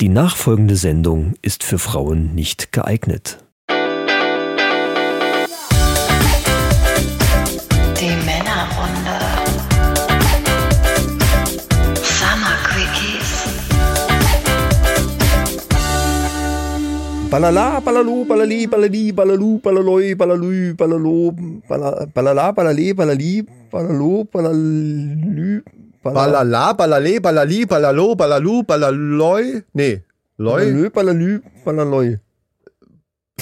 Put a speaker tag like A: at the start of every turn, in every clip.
A: Die nachfolgende Sendung ist für Frauen nicht geeignet.
B: Die Männerrunde. Summer Quickies.
C: Balala, balalo, balali, balali, balaloo, balaloi, balalü, balalo, bala- balala, balale, balali, balalo, balalü, bala-
D: Balala, balale, balali, balalo, balalu, balaloi. Nee, loi.
C: balalö, balalü, balaloi.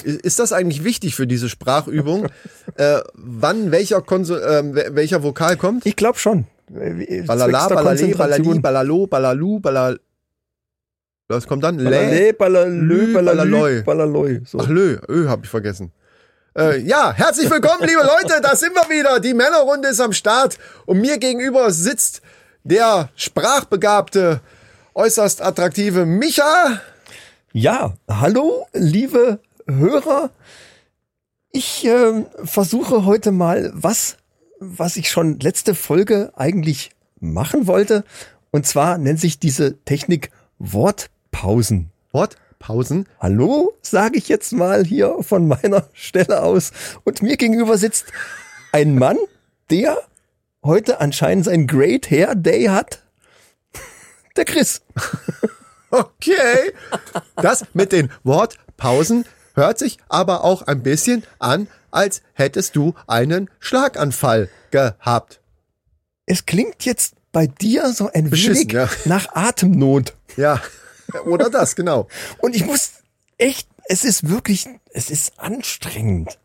D: I- Ist das eigentlich wichtig für diese Sprachübung? äh, wann welcher, Konso ähm, wel- welcher Vokal kommt?
C: Ich glaube schon. Äh,
D: Balala,
C: zwecks der
D: balale, balali,
C: Konzentration.
D: balalo, balalu, balal. Was kommt dann?
C: Balale,
D: Lä.
C: balalö,
D: Lü,
C: balalü,
D: balaloi.
C: balaloi. So.
D: Ach, lö. Ö, hab ich vergessen. Äh, ja, herzlich willkommen, liebe Leute. Da sind wir wieder. Die Männerrunde ist am Start. Und mir gegenüber sitzt der sprachbegabte, äußerst attraktive Micha.
C: Ja, hallo, liebe Hörer. Ich ähm, versuche heute mal was, was ich schon letzte Folge eigentlich machen wollte. Und zwar nennt sich diese Technik Wortpausen.
D: Wort? Pausen?
C: Hallo, sage ich jetzt mal hier von meiner Stelle aus. Und mir gegenüber sitzt ein Mann, der heute anscheinend sein Great Hair Day hat. Der Chris.
D: Okay. Das mit den Wortpausen hört sich aber auch ein bisschen an, als hättest du einen Schlaganfall gehabt.
C: Es klingt jetzt bei dir so ein
D: Beschissen,
C: wenig
D: ja.
C: nach Atemnot.
D: Ja. Oder das, genau.
C: Und ich muss echt, es ist wirklich, es ist anstrengend.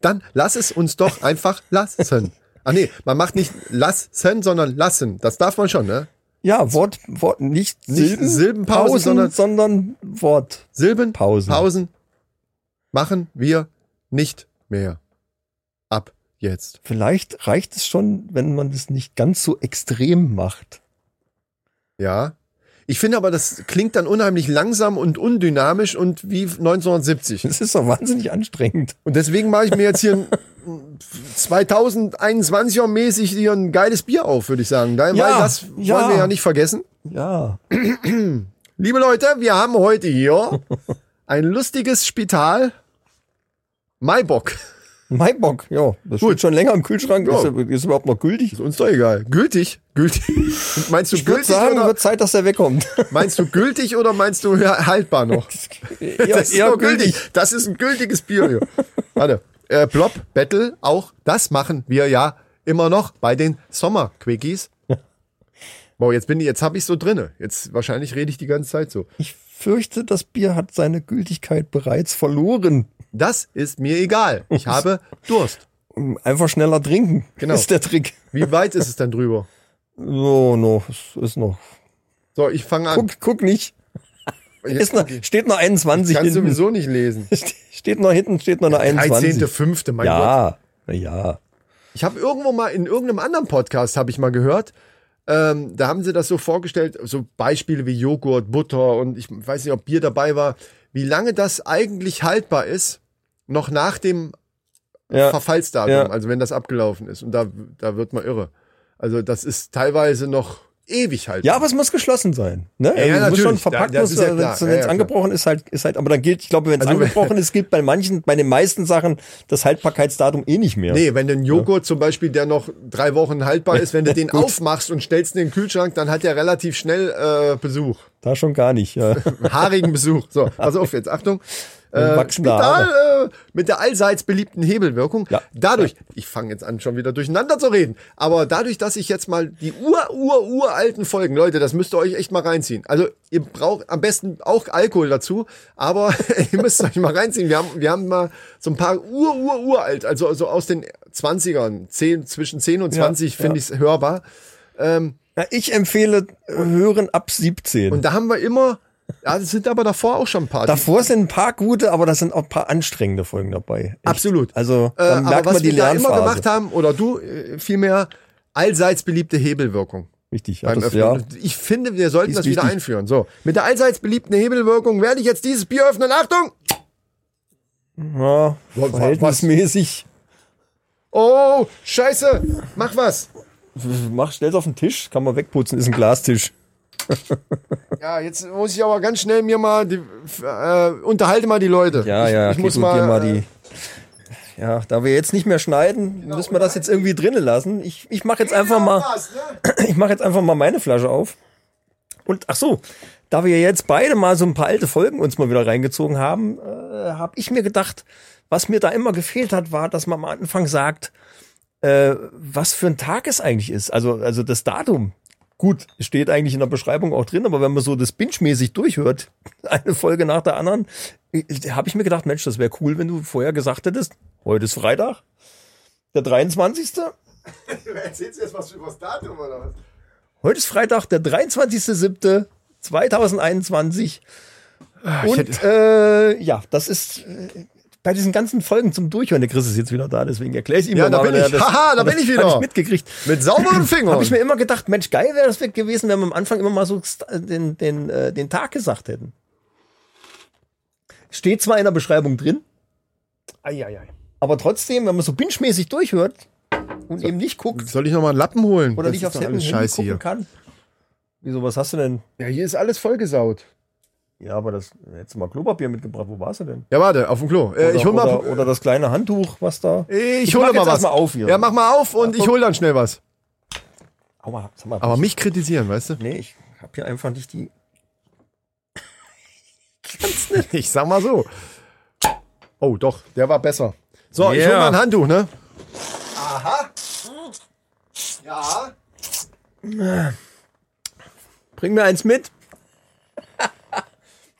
D: Dann lass es uns doch einfach lassen. Ah nee, man macht nicht lassen, sondern lassen. Das darf man schon, ne?
C: Ja, Wort, Wort, nicht,
D: Nicht
C: Silben,
D: Silbenpausen,
C: Pausen, sondern,
D: sondern-
C: Wort.
D: Silben,
C: Pausen.
D: Pausen machen wir nicht mehr. Ab jetzt.
C: Vielleicht reicht es schon, wenn man das nicht ganz so extrem macht.
D: Ja. Ich finde aber, das klingt dann unheimlich langsam und undynamisch und wie 1970.
C: Das ist doch wahnsinnig anstrengend.
D: Und deswegen mache ich mir jetzt hier ein 2021er mäßig hier ein geiles Bier auf, würde ich sagen. Da,
C: Ja,
D: weil das
C: ja.
D: wollen wir ja nicht vergessen.
C: Ja.
D: Liebe Leute, wir haben heute hier ein lustiges Spital. Maibock.
C: Maibock, ja, das steht schon länger im Kühlschrank.
D: Ja.
C: Ist, ist überhaupt noch gültig?
D: Ist uns doch egal. Gültig? Gültig. Meinst du
C: Ich würde
D: gültig
C: sagen,
D: oder
C: wird Zeit, dass er wegkommt.
D: meinst du gültig oder meinst du ja, haltbar noch?
C: Ja,
D: das ist doch gültig. Das ist ein gültiges Bier hier. Warte. Äh, Blob Battle, auch das machen wir ja immer noch bei den Sommer-Quickies. Wow, jetzt bin ich, jetzt habe ich so drinne. Jetzt wahrscheinlich rede ich die ganze Zeit so.
C: Ich fürchte, das Bier hat seine Gültigkeit bereits verloren.
D: Das ist mir egal. Ich habe Durst.
C: Einfach schneller trinken.
D: Genau.
C: Ist der Trick.
D: Wie weit ist es denn drüber?
C: So, noch, es ist noch.
D: So, ich fange an.
C: Guck, guck nicht.
D: Jetzt
C: Ist noch, steht noch 21
D: kannst
C: hinten.
D: sowieso nicht lesen.
C: Steht noch hinten, steht noch eine 21.
D: 13.5. Mein Gott.
C: ja, na ja.
D: Ich habe irgendwo mal in irgendeinem anderen Podcast habe ich mal gehört, ähm, da haben sie das so vorgestellt, so Beispiele wie Joghurt, Butter und ich weiß nicht, ob Bier dabei war, wie lange das eigentlich haltbar ist, noch nach dem
C: ja.
D: Verfallsdatum,
C: Ja.
D: also wenn das abgelaufen ist. Und da, da wird man irre. Also das ist teilweise noch ewig haltbar.
C: Ja, aber es muss geschlossen sein. Ne? Also es muss
D: natürlich.
C: schon verpackt,
D: Ja, das
C: muss,
D: ist ja
C: wenn
D: klar.
C: es
D: Ja, ja, klar.
C: angebrochen ist, halt, ist halt, aber dann gilt, ich glaube, wenn es
D: Also, wenn-
C: angebrochen ist, gilt bei manchen, bei den meisten Sachen das Haltbarkeitsdatum eh nicht mehr.
D: Nee, wenn ein Joghurt zum Beispiel, der noch drei Wochen haltbar ist, wenn du den aufmachst und stellst ihn in den Kühlschrank, dann hat er relativ schnell äh, Besuch.
C: Da schon gar nicht. Ja.
D: haarigen Besuch. So, pass auf jetzt, Achtung.
C: Dann
D: Äh,
C: wachsen da
D: Spital äh, mit der allseits beliebten Hebelwirkung.
C: Ja.
D: Dadurch, ich fange jetzt an, schon wieder durcheinander zu reden, aber dadurch, dass ich jetzt mal die ur, ur, uralten Folgen, Leute, das müsst ihr euch echt mal reinziehen. Also ihr braucht am besten auch Alkohol dazu, aber ihr müsst euch mal reinziehen. Wir haben, wir haben mal so ein paar ur, ur, uralt, also, also aus den 20ern, 10, zwischen 10 und 20 finde ich's hörbar.
C: Ja, ich empfehle äh, hören ab 17.
D: Und da haben wir immer, ja, das sind aber davor auch schon ein paar. Die-
C: Davor sind ein paar gute, aber da sind auch ein paar anstrengende Folgen dabei. Echt.
D: Absolut.
C: Also
D: Äh,
C: dann merkt
D: aber was
C: man die
D: wir da immer
C: Lernphase.
D: gemacht haben, oder du äh, vielmehr, allseits beliebte Hebelwirkung.
C: Richtig, ja,
D: Beim
C: das,
D: Öffnen.
C: ja.
D: Ich finde, wir sollten
C: Ist
D: das wieder
C: wichtig.
D: einführen. So, mit der allseits beliebten Hebelwirkung werde ich jetzt dieses Bier öffnen. Achtung!
C: ja
D: Was-
C: verhältnismäßig.
D: Oh, scheiße! Mach was!
C: Mach, stell's auf den Tisch, kann man wegputzen, ist ein Glastisch.
D: Ja, jetzt muss ich aber ganz schnell mir mal die, äh, unterhalte mal die Leute.
C: Ja,
D: ich,
C: ja,
D: ich muss
C: gib
D: mal,
C: dir mal
D: äh,
C: die. Ja, da wir jetzt nicht mehr schneiden, müssen wir das jetzt irgendwie drinnen lassen. Ich, ich mache jetzt einfach mal,
D: Was, ne?
C: ich mache jetzt einfach mal meine Flasche auf. Und ach so, da wir jetzt beide mal so ein paar alte Folgen uns mal wieder reingezogen haben, äh, habe ich mir gedacht, was mir da immer gefehlt hat, war, dass man am Anfang sagt, äh, was für ein Tag es eigentlich ist. Also, also das Datum. Gut, steht eigentlich in der Beschreibung auch drin, aber wenn man so das binge-mäßig durchhört, eine Folge nach der anderen, habe ich mir gedacht, Mensch, das wäre cool, wenn du vorher gesagt hättest, heute ist Freitag, der 23.
D: Erzählst du jetzt was über das Datum oder was?
C: Heute ist Freitag, der 23.07.2021.
D: Ah,
C: Und äh, ja, das ist äh, bei diesen ganzen Folgen zum Durchhören. Der Chris ist jetzt wieder da, deswegen erkläre ich ihm
D: Ja,
C: nochmal,
D: da bin
C: weil er
D: ich. Haha, da
C: weil
D: bin ich
C: das
D: wieder.
C: Hab ich mitgekriegt.
D: Mit sauberen Fingern.
C: Habe ich mir immer gedacht, Mensch, geil wäre das gewesen, wenn wir am Anfang immer mal so st- den, den, äh, den Tag gesagt hätten. Steht zwar in der Beschreibung drin, aber trotzdem, wenn man so binge-mäßig durchhört und eben nicht guckt
D: Soll ich nochmal einen Lappen holen?
C: oder nicht aufs Handy
D: Scheiße
C: gucken
D: hier.
C: kann. Wieso, was hast du denn?
D: Ja, hier ist alles vollgesaut.
C: Ja, aber das hättest du mal Klopapier mitgebracht. Wo warst du denn?
D: Ja, warte, auf dem Klo. Äh, ich hol mal.
C: oder, oder das kleine Handtuch, was da.
D: ich
C: mach
D: hole
C: jetzt
D: mal was.
C: erstmal auf hier.
D: Ja, mach mal auf und ich hole dann schnell was.
C: Aua, sag mal.
D: Aber mich kritisieren, weißt du?
C: nee, ich habe hier einfach nicht die.
D: Ich sag mal so. Oh, doch, der war besser. So, ich
C: Ja.
D: hole mal ein Handtuch, ne? Aha. Ja.
C: Bring mir eins mit.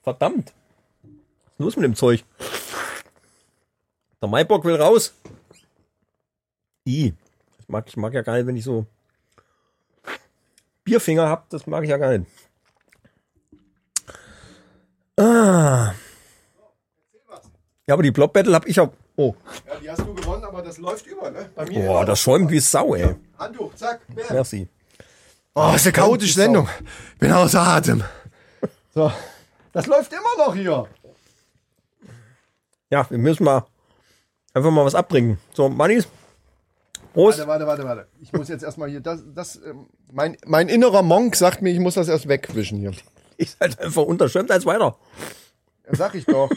C: Verdammt. Was ist los mit dem Zeug? Der Maibock will raus. I. Ich mag, ich mag ja gar nicht, wenn ich so Bierfinger hab. Das mag ich ja gar nicht. Ah. Ja, aber die Blob Battle hab ich auch. Oh,
D: Ja, die hast du gewonnen, aber das läuft über, ne? Bei mir.
C: Boah, das schäumt wie Sau, ey.
D: Handtuch, zack,
C: Merci.
D: Oh, ist eine chaotische Sendung. Bin außer Atem. So. Das läuft immer noch hier.
C: Ja, wir müssen mal einfach mal was abbringen. So, Mannis. Prost.
D: Warte, warte, warte, warte. Ich muss jetzt erstmal hier das. das ähm, mein, mein innerer Monk sagt mir, ich muss das erst wegwischen hier.
C: Ich halt einfach unterschwemmt als weiter.
D: Sag ich doch.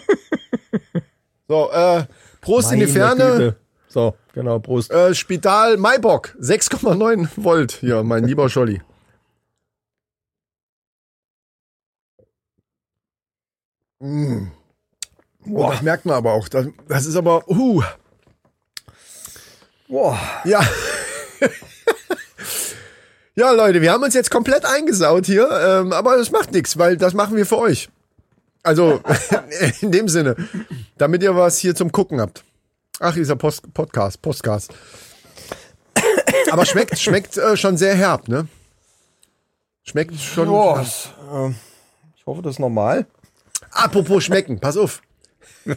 D: So, äh, Prost in die Ferne.
C: So, genau, Prost.
D: Äh, Spital Maibock. 6,9 Volt hier, mein lieber Scholli. Mm. Boah, das merkt man aber auch. Das, das ist aber, uh,
C: Boah.
D: Ja. ja, Leute, wir haben uns jetzt komplett eingesaut hier, ähm, aber das macht nichts, weil das machen wir für euch. Also, in dem Sinne, damit ihr was hier zum Gucken habt. Ach, dieser Post Podcast, Postcast. Aber schmeckt, schmeckt äh, schon sehr herb, ne? Schmeckt schon.
C: Boah. äh, Ich hoffe, das ist normal.
D: Apropos schmecken, pass auf.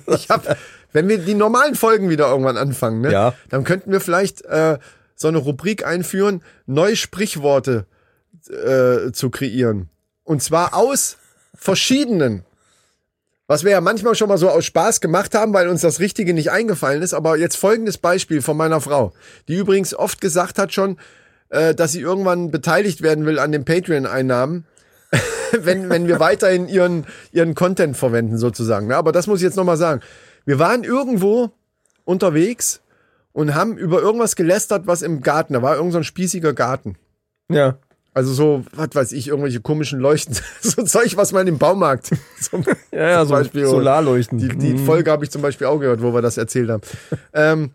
D: Ich hab, wenn wir die normalen Folgen wieder irgendwann anfangen, ne,
C: Ja.
D: dann könnten wir vielleicht äh, so eine Rubrik einführen, neue Sprichworte äh, zu kreieren. Und zwar aus verschiedenen. Was wir ja manchmal schon mal so aus Spaß gemacht haben, weil uns das Richtige nicht eingefallen ist. Aber jetzt folgendes Beispiel von meiner Frau, die übrigens oft gesagt hat schon, äh, dass sie irgendwann beteiligt werden will an den Patreon-Einnahmen wenn, wenn wir weiterhin ihren, ihren Content verwenden, sozusagen. ne? Aber das muss ich jetzt nochmal sagen. Wir waren irgendwo unterwegs und haben über irgendwas gelästert, was im Garten, da war irgend so ein spießiger Garten.
C: Ja.
D: Also so, was weiß ich, irgendwelche komischen Leuchten, so Zeug, was man im Baumarkt zum,
C: Ja, ja, so
D: Beispiel-
C: Solarleuchten. Mhm.
D: die, die Folge habe ich zum Beispiel auch gehört, wo wir das erzählt haben. ähm,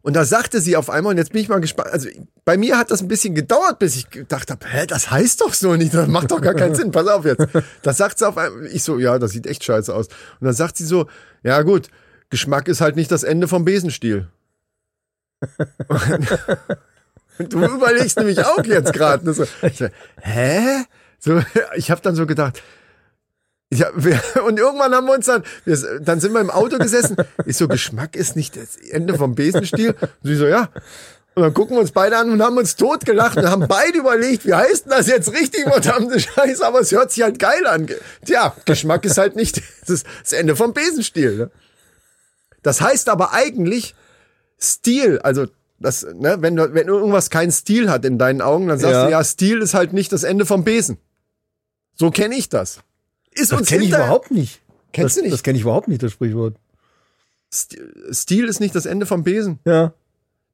D: und da sagte sie auf einmal, und jetzt bin ich mal gespannt, also bei mir hat das ein bisschen gedauert, bis ich gedacht habe, hä, das heißt doch so nicht, das macht doch gar keinen Sinn, pass auf jetzt. Das sagt sie auf einmal, ich so, ja, das sieht echt scheiße aus. Und dann sagt sie so, ja gut, Geschmack ist halt nicht das Ende vom Besenstiel. Und du überlegst nämlich auch jetzt gerade. ne, So, ich so, hä? So, ich habe dann so gedacht, ja, wir, und irgendwann haben wir uns dann, wir, dann sind wir im Auto gesessen. Ich so, Geschmack ist nicht das Ende vom Besenstiel. Und sie so, ja. Und dann gucken wir uns beide an und haben uns totgelacht und haben beide überlegt, wie heißt denn das jetzt richtig und haben den Scheiß, aber es hört sich halt geil an. Ge- Tja, Geschmack ist halt nicht das, das Ende vom Besenstiel. Ne? Das heißt aber eigentlich Stil, also das, ne, wenn, du- wenn irgendwas keinen Stil hat in deinen Augen, dann sagst
C: Ja.
D: du, ja, Stil ist halt nicht das Ende vom Besen. So kenne ich das. Ist
E: Das
D: uns
E: kenne ich
D: hinter-
E: überhaupt nicht.
C: Kennst
E: das,
C: du nicht?
E: Das kenne ich überhaupt nicht, das Sprichwort.
D: St- Stil ist nicht das Ende vom Besen.
E: Ja.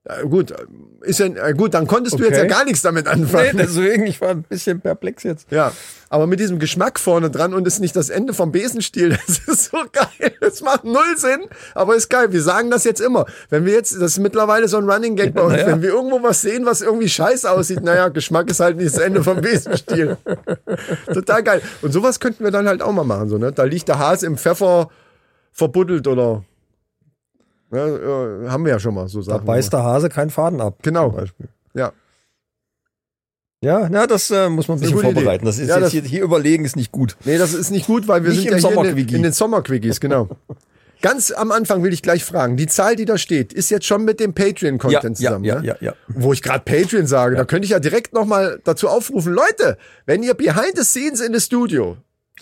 D: Ja, gut, äh, ist ja, äh, gut, dann konntest du
E: Okay.
D: jetzt ja gar nichts damit
C: Nee,
D: anfangen.
C: deswegen, ich war ein bisschen perplex jetzt.
D: Ja, aber mit diesem Geschmack vorne dran und ist nicht das Ende vom Besenstiel, das ist so geil. Das macht null Sinn, aber ist geil. Wir sagen das jetzt immer. Wenn wir jetzt, das ist mittlerweile so ein Running Gag bei uns, wenn wir irgendwo was sehen, was irgendwie scheiße aussieht, naja, Geschmack ist halt nicht das Ende vom Besenstiel. Total geil. Und sowas könnten wir dann halt auch mal machen, so, ne? Da liegt der Hase im Pfeffer verbuddelt oder. Ja, äh, haben wir ja schon mal so
C: Da
D: Sachen.
C: beißt der Hase keinen Faden ab.
D: Genau.
C: Zum Beispiel.
D: Ja.
C: Ja, na, das äh, muss man ein
D: Das
C: bisschen
D: ist eine gute
C: vorbereiten.
D: Idee.
C: Das ist
D: Ja,
C: jetzt
D: das-
C: hier, hier überlegen ist nicht gut.
D: Nee, das ist nicht gut, weil wir
C: Nicht
D: sind ja
C: im
D: hier in den,
C: Sommerquickie.
D: in den Sommerquickies, genau. Ganz am Anfang will ich gleich fragen. Die Zahl, die da steht, ist jetzt schon mit dem Patreon-Content
C: ja,
D: zusammen.
C: ja,
D: ne?
C: ja, ja.
D: Wo ich gerade Patreon sage, da könnte ich ja direkt nochmal dazu aufrufen, Leute, wenn ihr behind the scenes in the studio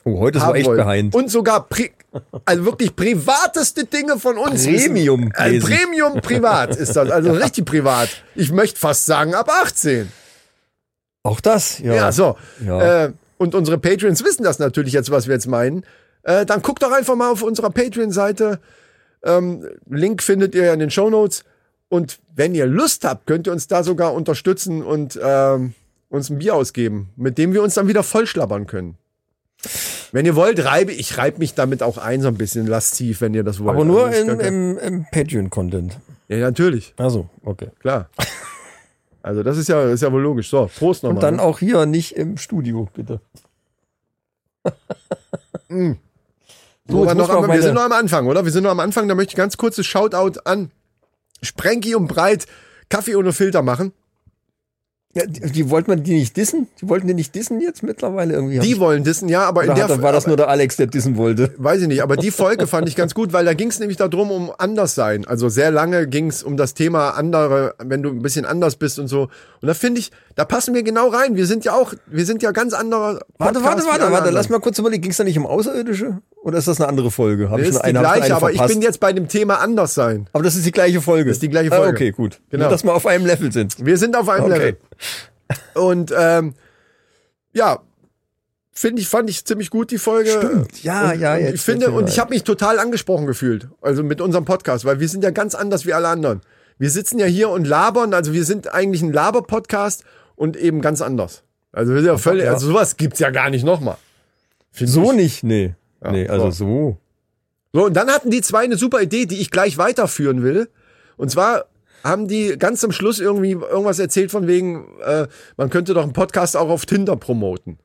C: Oh, heute ist
D: haben
C: aber echt
D: wollt
C: behind.
D: und sogar pri also wirklich privateste Dinge von uns
C: Premium
D: wissen, äh,
C: lesen.
D: Premium privat ist das, also richtig privat. Ich möchte fast sagen ab 18.
C: Auch das, ja.
D: Ja, so.
C: Ja.
D: Äh, und unsere Patreons wissen das natürlich jetzt, was wir jetzt meinen. Äh, dann guckt doch einfach mal auf unserer Patreon-Seite. Ähm, Link findet ihr ja in den Shownotes. Und wenn ihr Lust habt, könnt ihr uns da sogar unterstützen und ähm, uns ein Bier ausgeben, mit dem wir uns dann wieder vollschlabbern können. Wenn ihr wollt, reibe ich reibe mich damit auch ein so ein bisschen lastiv, wenn ihr das wollt.
C: aber nur
D: Also, ist
C: in,
D: gar kein-
C: im, im Patreon-Content.
D: ja natürlich,
C: Also, okay.
D: klar. Also das ist ja ist ja wohl logisch. So, Prost nochmal. ne?
C: Und dann auch hier nicht im Studio, bitte.
D: So,
C: Mm. jetzt
D: dann
C: muss
D: noch
C: man
D: am,
C: auf
D: wir
C: meine-
D: sind noch am Anfang, oder? Wir sind noch am Anfang. Da möchte ich ganz kurzes Shoutout an Sprenki und Breit Kaffee ohne Filter machen.
C: Ja, die, die wollten man die nicht dissen? Die wollten die nicht dissen jetzt mittlerweile irgendwie? Hab
D: Die
C: ich-
D: wollen dissen, ja, aber in
C: oder
D: der
C: hat, war das nur der Alex, der dissen wollte?
D: weiß ich nicht, aber die Folge fand ich ganz gut, weil da ging es nämlich darum, um anders sein. Also sehr lange ging es um das Thema andere, wenn du ein bisschen anders bist und so. Und da finde ich, da passen wir genau rein. Wir sind ja auch, wir sind ja ganz andere.
C: Warte, warte,
D: Podcasts wie
C: warte,
D: alle
C: warte, lass
D: anderen.
C: mal kurz überlegen. Ging es da nicht um Außerirdische? Oder ist das eine andere Folge? Hab
D: Das ist die
C: hab schon
D: gleiche, aber ich bin
C: verpasst?
D: jetzt bei dem Thema anders sein.
C: Aber das ist die gleiche Folge. Das
D: ist die gleiche Folge.
C: okay, gut.
D: Genau. Äh,
C: Nur, Dass wir auf einem Level sind.
D: Wir sind auf einem
C: Okay.
D: Level. Und ähm, ja, finde ich, fand ich ziemlich gut die Folge.
C: Stimmt. Ja,
D: und,
C: ja,
D: und
C: jetzt- halt.
D: Ich finde
C: jetzt
D: und ich habe mich total angesprochen gefühlt, also mit unserem Podcast, weil wir sind ja ganz anders wie alle anderen. Wir sitzen ja hier und labern, also wir sind eigentlich ein Laber-Podcast und eben ganz anders. Also wir sind ja völlig, also sowas gibt's ja gar nicht nochmal.
C: So nicht, nee. nee,
D: so.
C: also so.
D: So, und dann hatten die zwei eine super Idee, die ich gleich weiterführen will. Und zwar haben die ganz zum Schluss irgendwie irgendwas erzählt von wegen, äh, man könnte doch einen Podcast auch auf Tinder promoten.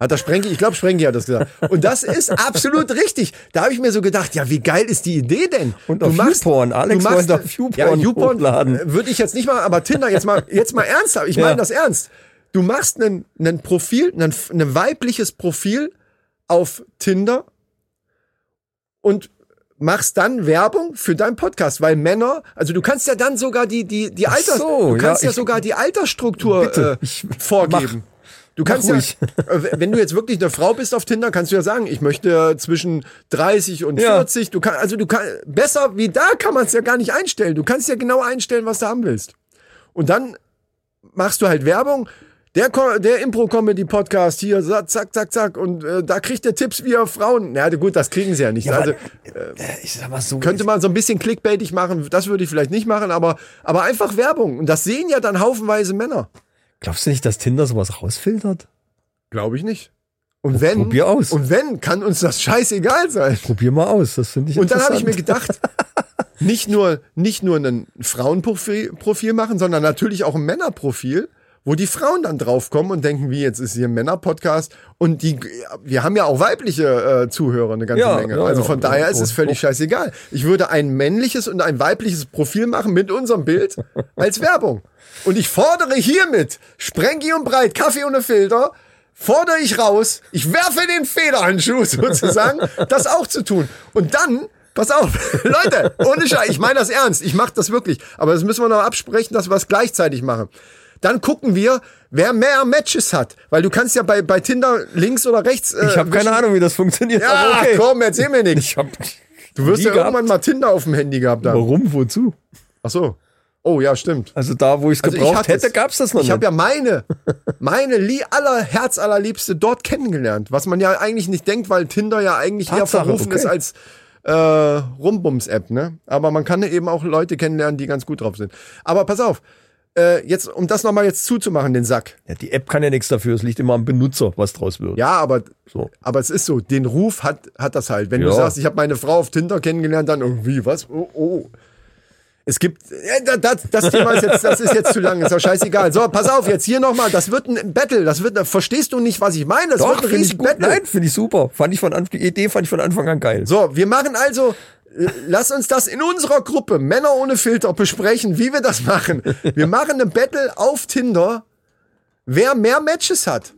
D: Hat der Sprenki, ich glaube, Sprenki hat das gesagt. Und das ist absolut richtig. Da habe ich mir so gedacht, ja, wie geil ist die Idee denn?
C: Und auf YouPorn. Alex wollte auf YouPorn hochladen.
D: äh, Würde ich jetzt nicht mal, aber Tinder, jetzt mal, jetzt mal ernsthaft, ich
C: Ja.
D: meine das ernst. Du machst ein einen Profil, ein einen weibliches Profil auf Tinder und machst dann Werbung für deinen Podcast, weil Männer, also du kannst ja dann sogar die die die Alters,
C: so,
D: du kannst
C: ja,
D: ja,
C: ich-
D: sogar die Altersstruktur
C: Bitte,
D: äh,
C: ich-
D: vorgeben. du kannst ja,
C: ruhig.
D: äh, wenn du jetzt wirklich eine Frau bist auf Tinder, kannst du ja sagen, ich möchte zwischen 30 und
C: Ja.
D: 40. Du kannst, also du kannst besser wie da kann man es ja gar nicht einstellen. Du kannst ja genau einstellen, was du haben willst. Und dann machst du halt Werbung. Der, Ko- der Impro-Comedy-Podcast hier, sa- zack, zack, zack. Und äh, da kriegt er Tipps, wie er Frauen. Na gut, das kriegen sie ja nicht. also,
C: Äh, Ich sag mal so.
D: könnte man so ein bisschen clickbaitig machen. Das würde ich vielleicht nicht machen, aber, aber einfach Werbung. Und das sehen ja dann haufenweise Männer.
C: Glaubst du nicht, dass Tinder sowas rausfiltert?
D: Glaube ich nicht. Und wenn,
C: probier aus.
D: und wenn, kann uns das scheißegal sein.
C: Probier mal aus, das finde ich
D: Und dann habe ich
C: interessant.
D: mir gedacht, nicht nur, nicht nur ein Frauenprofil Profil machen, sondern natürlich auch ein Männerprofil, wo die Frauen dann draufkommen und denken, wie jetzt ist hier ein Männerpodcast. Und die, wir haben ja auch weibliche äh, Zuhörer eine ganze
C: Ja,
D: Menge.
C: ja,
D: also
C: ja,
D: von
C: ja,
D: daher ist
C: ja.
D: es völlig scheißegal. Ich würde ein männliches und ein weibliches Profil machen mit unserem Bild als Werbung. Und ich fordere hiermit Sprengi und Breit, Kaffee ohne Filter, fordere ich raus, ich werfe den Federhandschuh sozusagen, das auch zu tun. Und dann, pass auf, Leute, ohne Scheiß, ich meine das ernst, ich mache das wirklich. Aber das müssen wir noch absprechen, dass wir es gleichzeitig machen. Dann gucken wir, wer mehr Matches hat. Weil du kannst ja bei, bei Tinder links oder rechts. äh,
C: Ich habe keine
D: wischen.
C: Ahnung, wie das funktioniert.
D: Ja,
C: aber okay.
D: komm, erzähl mir nichts.
C: Ich hab
D: Du wirst
C: nie
D: ja irgendwann
C: gehabt. Oh.
D: mal Tinder auf dem Handy gehabt haben.
C: Warum? Wozu?
D: Ach so. Oh ja, stimmt.
C: Also da, wo ich es
D: Also ich
C: gebraucht
D: hatte
C: hätte,
D: es.
C: gab es das noch
D: Ich
C: nicht.
D: habe ja meine, meine lie- aller herzallerliebste dort kennengelernt, was man ja eigentlich nicht denkt, weil Tinder ja eigentlich eher
C: Tatsache,
D: verrufen
C: okay.
D: ist als äh, Rumbums-App, ne? Aber man kann eben auch Leute kennenlernen, die ganz gut drauf sind. Aber pass auf, äh, jetzt, um das nochmal jetzt zuzumachen, den Sack.
C: ja, die App kann ja nichts dafür, es liegt immer am Benutzer, was draus wird.
D: Ja, aber,
C: So.
D: aber es ist so, den Ruf hat, hat das halt. Wenn du
C: Ja.
D: sagst, ich habe meine Frau auf Tinder kennengelernt, dann irgendwie, was? Oh, oh. Es gibt, äh, da- das, das Thema ist jetzt, das ist jetzt zu lang, ist doch scheißegal. So, pass auf, jetzt hier nochmal, das wird ein Battle, das wird, verstehst du nicht, was ich meine? Das
C: Doch,
D: wird ein
C: finde ich
D: riesen
C: gut.
D: Battle.
C: Nein, finde ich super. Fand ich von Anfang, die Idee fand ich von Anfang an geil.
D: So, wir machen also, äh, lass uns das in unserer Gruppe, Männer ohne Filter, besprechen, wie wir das machen. Wir machen ein Battle auf Tinder, wer mehr Matches hat.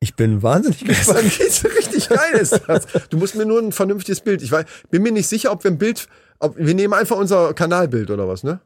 C: Ich bin wahnsinnig
D: Das
C: gespannt.
D: ist richtig geil ist das. Du musst mir nur ein vernünftiges Bild. Ich weiß, bin mir nicht sicher, ob wir ein Bild, ob wir nehmen einfach unser Kanalbild oder was, ne?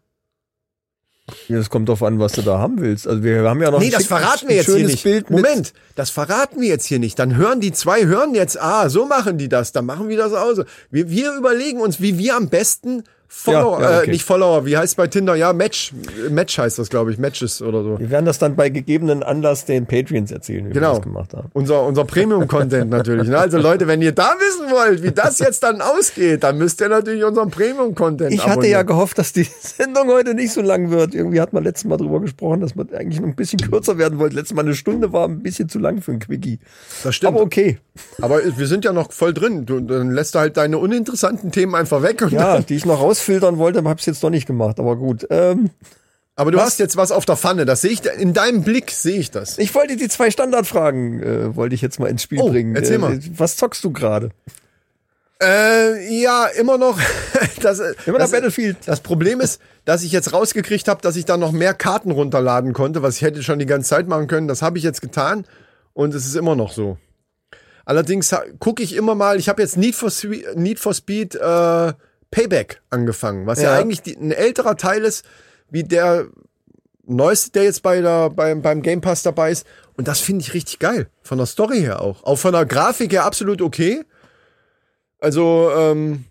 C: Es kommt drauf an, was du da haben willst. Also wir haben ja noch
D: Nee,
C: ein
D: das
C: schick-
D: verraten
C: ein
D: wir jetzt hier
C: schönes
D: nicht.
C: Bild mit-
D: Moment, das verraten wir jetzt hier nicht. Dann hören die zwei, hören jetzt, ah, so machen die das, dann machen wir das auch so. Wir, wir überlegen uns, wie wir am besten Follower,
C: Ja, ja, okay.
D: äh, nicht Follower, wie heißt bei Tinder? Ja, Match, Match heißt das, glaube ich, Matches oder so.
C: Wir werden das dann bei gegebenen Anlass den Patreons erzählen, wie wir
D: Genau.
C: das gemacht haben.
D: Unser, unser Premium-Content natürlich. Ne? Also Leute, wenn ihr da wissen wollt, wie das jetzt dann ausgeht, dann müsst ihr natürlich unseren Premium-Content
C: Ich hatte
D: abonnieren.
C: ja gehofft, dass die Sendung heute nicht so lang wird. Irgendwie hat man letztes Mal drüber gesprochen, dass man eigentlich noch ein bisschen kürzer werden wollte. Letztes Mal eine Stunde war ein bisschen zu lang für ein Quickie.
D: Das stimmt.
C: Aber okay.
D: Aber wir sind ja noch voll drin. Du, dann lässt du halt deine uninteressanten Themen einfach weg. Und
C: Ja, die ich noch rausfiltern wollte, habe ich jetzt doch nicht gemacht. Aber gut. Ähm,
D: aber du hast jetzt was auf der Pfanne. Das sehe ich in deinem Blick sehe ich das.
C: ich wollte die zwei Standardfragen, äh, wollte ich jetzt mal ins Spiel
D: Oh,
C: bringen.
D: erzähl
C: äh,
D: mal.
C: Was zockst du gerade?
D: Äh, ja, immer noch. Das,
C: Immer
D: das,
C: noch Battlefield.
D: Das Problem ist, dass ich jetzt rausgekriegt habe, dass ich da noch mehr Karten runterladen konnte, was ich hätte schon die ganze Zeit machen können. Das habe ich jetzt getan und es ist immer noch so. Allerdings gucke ich immer mal, ich habe jetzt Need for, Swe- Need for Speed äh, Payback angefangen, was ja,
C: Ja.
D: eigentlich die, ein älterer Teil ist, wie der neueste, der jetzt bei der, beim, beim Game Pass dabei ist. Und das finde ich richtig geil. Von der Story her auch. Auch von der Grafik her absolut okay. Also, ähm,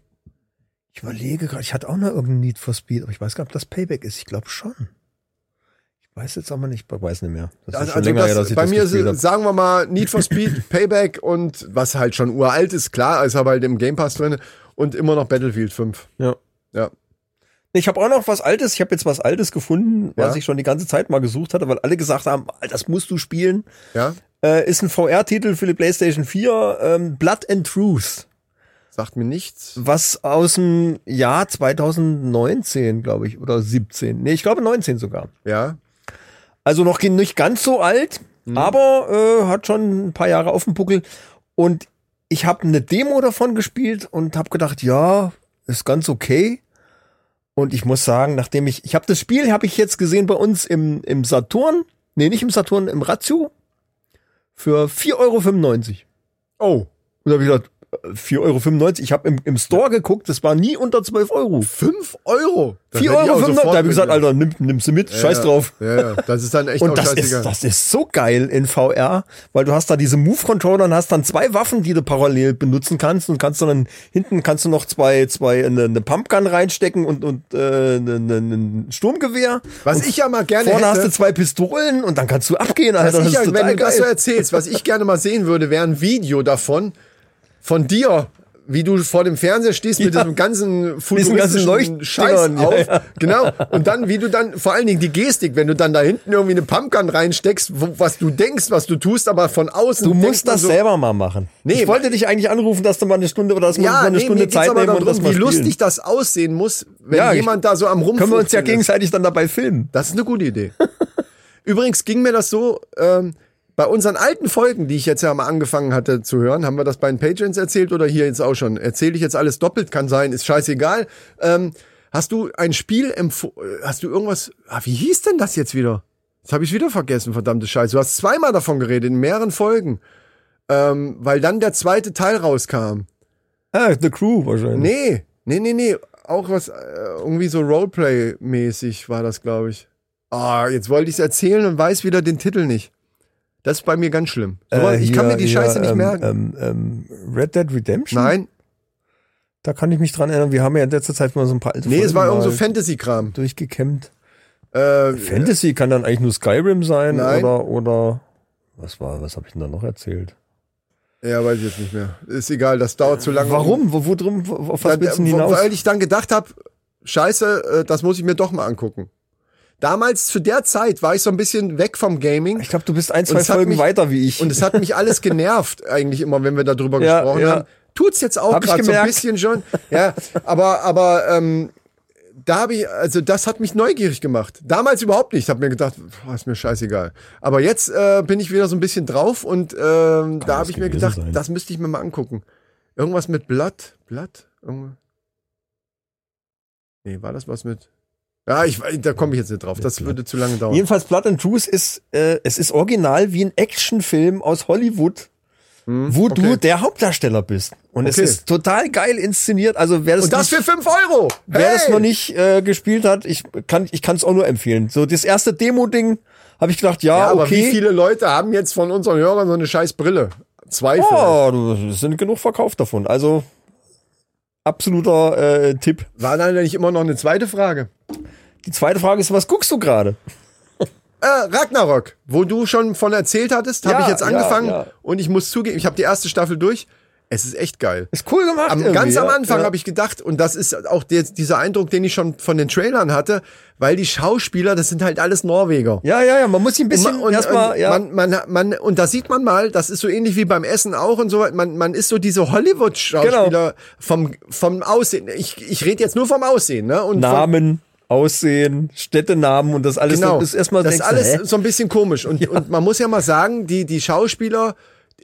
C: Ich überlege gerade, ich hatte auch noch irgendein Need for Speed, aber ich weiß gar nicht, ob das Payback ist. Ich glaube schon. Ich weiß jetzt aber nicht, ich weiß nicht mehr. Das
D: Also, also das, bei mir ist, sagen wir mal, Need for Speed, Payback und was halt schon uralt ist, klar, ist aber halt im Game Pass drin und immer noch Battlefield 5.
C: Ja.
D: Ja.
C: Ich habe auch noch was Altes. Ich habe jetzt was Altes gefunden, was
D: Ja.
C: ich schon die ganze Zeit mal gesucht hatte, weil alle gesagt haben, "Alter, das musst du spielen.
D: Ja.
C: Äh, ist ein VR-Titel für die PlayStation 4, ähm, Blood and Truth,
D: Sagt mir nichts.
C: was aus dem Jahr 2019, glaube ich, oder 17. Nee, ich glaube 19 sogar.
D: Ja.
C: Also noch gen- nicht ganz so alt,
D: Mhm.
C: aber äh, hat schon ein paar Jahre auf dem Buckel. Und ich habe eine Demo davon gespielt und habe gedacht, ja, ist ganz okay. Und ich muss sagen, nachdem ich, ich habe das Spiel, habe ich jetzt gesehen bei uns im, im Saturn, nee, nicht im Saturn, im Ratio, für 4,95 Euro. Und
D: Oh.
C: da habe ich gedacht, äh, 4,95 Euro, ich habe im, im Store geguckt, das war nie unter 12 Euro.
D: 5 Euro. Das
C: 4,95
D: hätte ich auch
C: Euro, da
D: sofort
C: habe ich gesagt,
D: mitgenommen.
C: Alter, nimm, nimm sie mit, scheiß
D: ja,
C: drauf.
D: Ja, ja. Das ist dann echt auch
C: Und das ist,
D: scheißegal.
C: das ist so geil in VR, weil du hast da diese Move-Controller und hast dann zwei Waffen, die du parallel benutzen kannst und kannst dann hinten kannst du noch zwei, zwei, eine, eine Pumpgun reinstecken und, und äh, eine, eine, ein Sturmgewehr.
D: Was
C: und
D: ich ja mal gerne
C: Vorne hast
D: hätte-
C: du zwei Pistolen und dann kannst du abgehen, Alter. Also
D: was
C: Das
D: Also
C: ist
D: ich ja,
C: total
D: wenn du das so
C: geil.
D: erzählst, was ich gerne mal sehen würde, wäre ein Video davon, von dir, wie du vor dem Fernseher stehst mit
C: Ja.
D: diesem ganzen
C: ganzen
D: futuristischen
C: Leuchtdingern,
D: Scheiß
C: ja,
D: auf.
C: ja.
D: Genau. Und dann, wie du dann, vor allen Dingen die Gestik, wenn du dann da hinten irgendwie eine Pumpgun reinsteckst, wo, was du denkst, was du tust, aber von außen.
C: Du
D: denkst
C: musst das
D: so,
C: selber mal machen.
D: Nee,
C: ich wollte dich eigentlich anrufen, dass du mal eine Stunde oder dass wir uns
D: Ja,
C: mal eine
D: nee, mir
C: Stunde
D: geht's
C: Zeit
D: aber
C: nehmen und das
D: darum,
C: mal
D: wie
C: spielen.
D: lustig das aussehen muss, wenn
C: Ja, ich-
D: jemand da so am Rumfuchteln
C: Können wir uns ja
D: ist.
C: gegenseitig dann dabei filmen.
D: Das ist eine gute Idee. Übrigens ging mir das so, ähm, bei unseren alten Folgen, die ich jetzt ja mal angefangen hatte zu hören, haben wir das bei den Patreons erzählt oder hier jetzt auch schon? Erzähle ich jetzt alles doppelt, kann sein, ist scheißegal. Ähm, hast du ein Spiel empfohlen, hast du irgendwas, ah, wie hieß denn das jetzt wieder? Das habe ich wieder vergessen, verdammte Scheiße. Du hast zweimal davon geredet, in mehreren Folgen. Ähm, weil dann der zweite Teil rauskam.
C: Ah, The Crew wahrscheinlich.
D: Nee, nee, nee, nee. Auch was, äh, irgendwie so Roleplay-mäßig war das, glaube ich. Ah, jetzt wollte ich es erzählen und weiß wieder den Titel nicht. Das ist bei mir ganz schlimm. So,
C: Äh,
D: ich kann
C: hier- äh,
D: mir die
C: hier,
D: Scheiße nicht
C: ähm,
D: merken.
C: Ähm, ähm, Red Dead Redemption?
D: Nein,
C: Da kann ich mich dran erinnern. Wir haben ja in letzter Zeit mal so ein paar alte
D: Nee, es
C: Folgen
D: war irgend
C: mal
D: so Fantasy-Kram.
C: durchgekämmt.
D: Äh,
C: Fantasy kann dann eigentlich nur Skyrim sein
D: Nein.
C: oder oder was war, was habe ich denn da noch erzählt?
D: ja, weiß ich jetzt nicht mehr. Ist egal, das dauert zu lange.
C: Warum? Wo, wo drum? Wo, auf was
D: Dann,
C: willst du denn
D: äh,
C: hinaus?
D: Weil ich dann gedacht habe, scheiße, äh, das muss ich mir doch mal angucken. Damals, zu der Zeit, war ich so ein bisschen weg vom Gaming.
C: Ich glaube, du bist ein,
D: Und
C: zwei
D: es hat
C: Folgen
D: mich-
C: weiter wie ich.
D: Und es hat mich alles genervt, eigentlich immer, wenn wir darüber
C: Ja,
D: gesprochen
C: ja.
D: haben. Tut's jetzt auch
C: Hab ich
D: gerade so ein
C: gemerkt.
D: bisschen schon. Ja, aber, aber ähm, da habe ich, also das hat mich neugierig gemacht. Damals überhaupt nicht. Habe mir gedacht, boah, ist mir scheißegal. Aber jetzt äh, bin ich wieder so ein bisschen drauf und ähm, da habe ich mir
A: gewesen
D: gedacht,
A: sein.
D: das müsste ich mir mal angucken. Irgendwas mit Blatt, Blatt, irgendwas. Nee, war das was mit? Ja, ich, da komme ich jetzt nicht drauf. Das würde zu lange dauern.
C: Jedenfalls Blood and Truth ist, äh, es ist original wie ein Actionfilm aus Hollywood,
D: Hm,
C: wo
D: okay.
C: du der Hauptdarsteller bist. Und es
D: Okay.
C: ist total geil inszeniert. Also wer das,
D: Und das
C: nicht,
D: für 5 Euro.
C: wer das
D: Hey!
C: noch nicht äh, gespielt hat, ich kann ich kann es auch nur empfehlen. So das erste Demo-Ding habe ich gedacht, ja,
D: Ja, aber wie
C: okay.
D: viele Leute haben jetzt von unseren Hörern so eine scheiß Brille? Zwei vielleicht.
C: Oh, du- es sind genug verkauft davon. Also absoluter äh, Tipp.
D: War da nicht immer noch eine zweite Frage?
C: Die zweite Frage ist, was guckst du gerade?
D: Äh, Ragnarok, wo du schon von erzählt hattest, habe
C: Ja,
D: ich jetzt
C: ja,
D: angefangen
C: ja.
D: und ich muss zugeben, ich habe die erste Staffel durch. Es ist echt geil.
C: Ist cool gemacht.
D: Am,
C: irgendwie,
D: ganz am
C: ja.
D: Anfang
C: ja.
D: habe ich gedacht, und das ist auch der, dieser Eindruck, den ich schon von den Trailern hatte, weil die Schauspieler, das sind halt alles Norweger.
C: Ja, ja, ja, man muss sich ein bisschen
D: Und, man- und,
C: erstmal,
D: und,
C: ja.
D: man, man, man, und da sieht man mal, das ist so ähnlich wie beim Essen auch und so weiter. Man, man ist so diese Hollywood-Schauspieler
C: Genau.
D: vom, vom Aussehen. Ich, ich rede jetzt nur vom Aussehen, ne? Und vom,
C: Namen, Aussehen, Städtenamen und das alles.
D: genau.
C: Das ist erstmal
D: das ist
C: denkst du,
D: alles
C: hä?
D: so ein bisschen komisch. Und, und man muss ja mal sagen, die, die Schauspieler,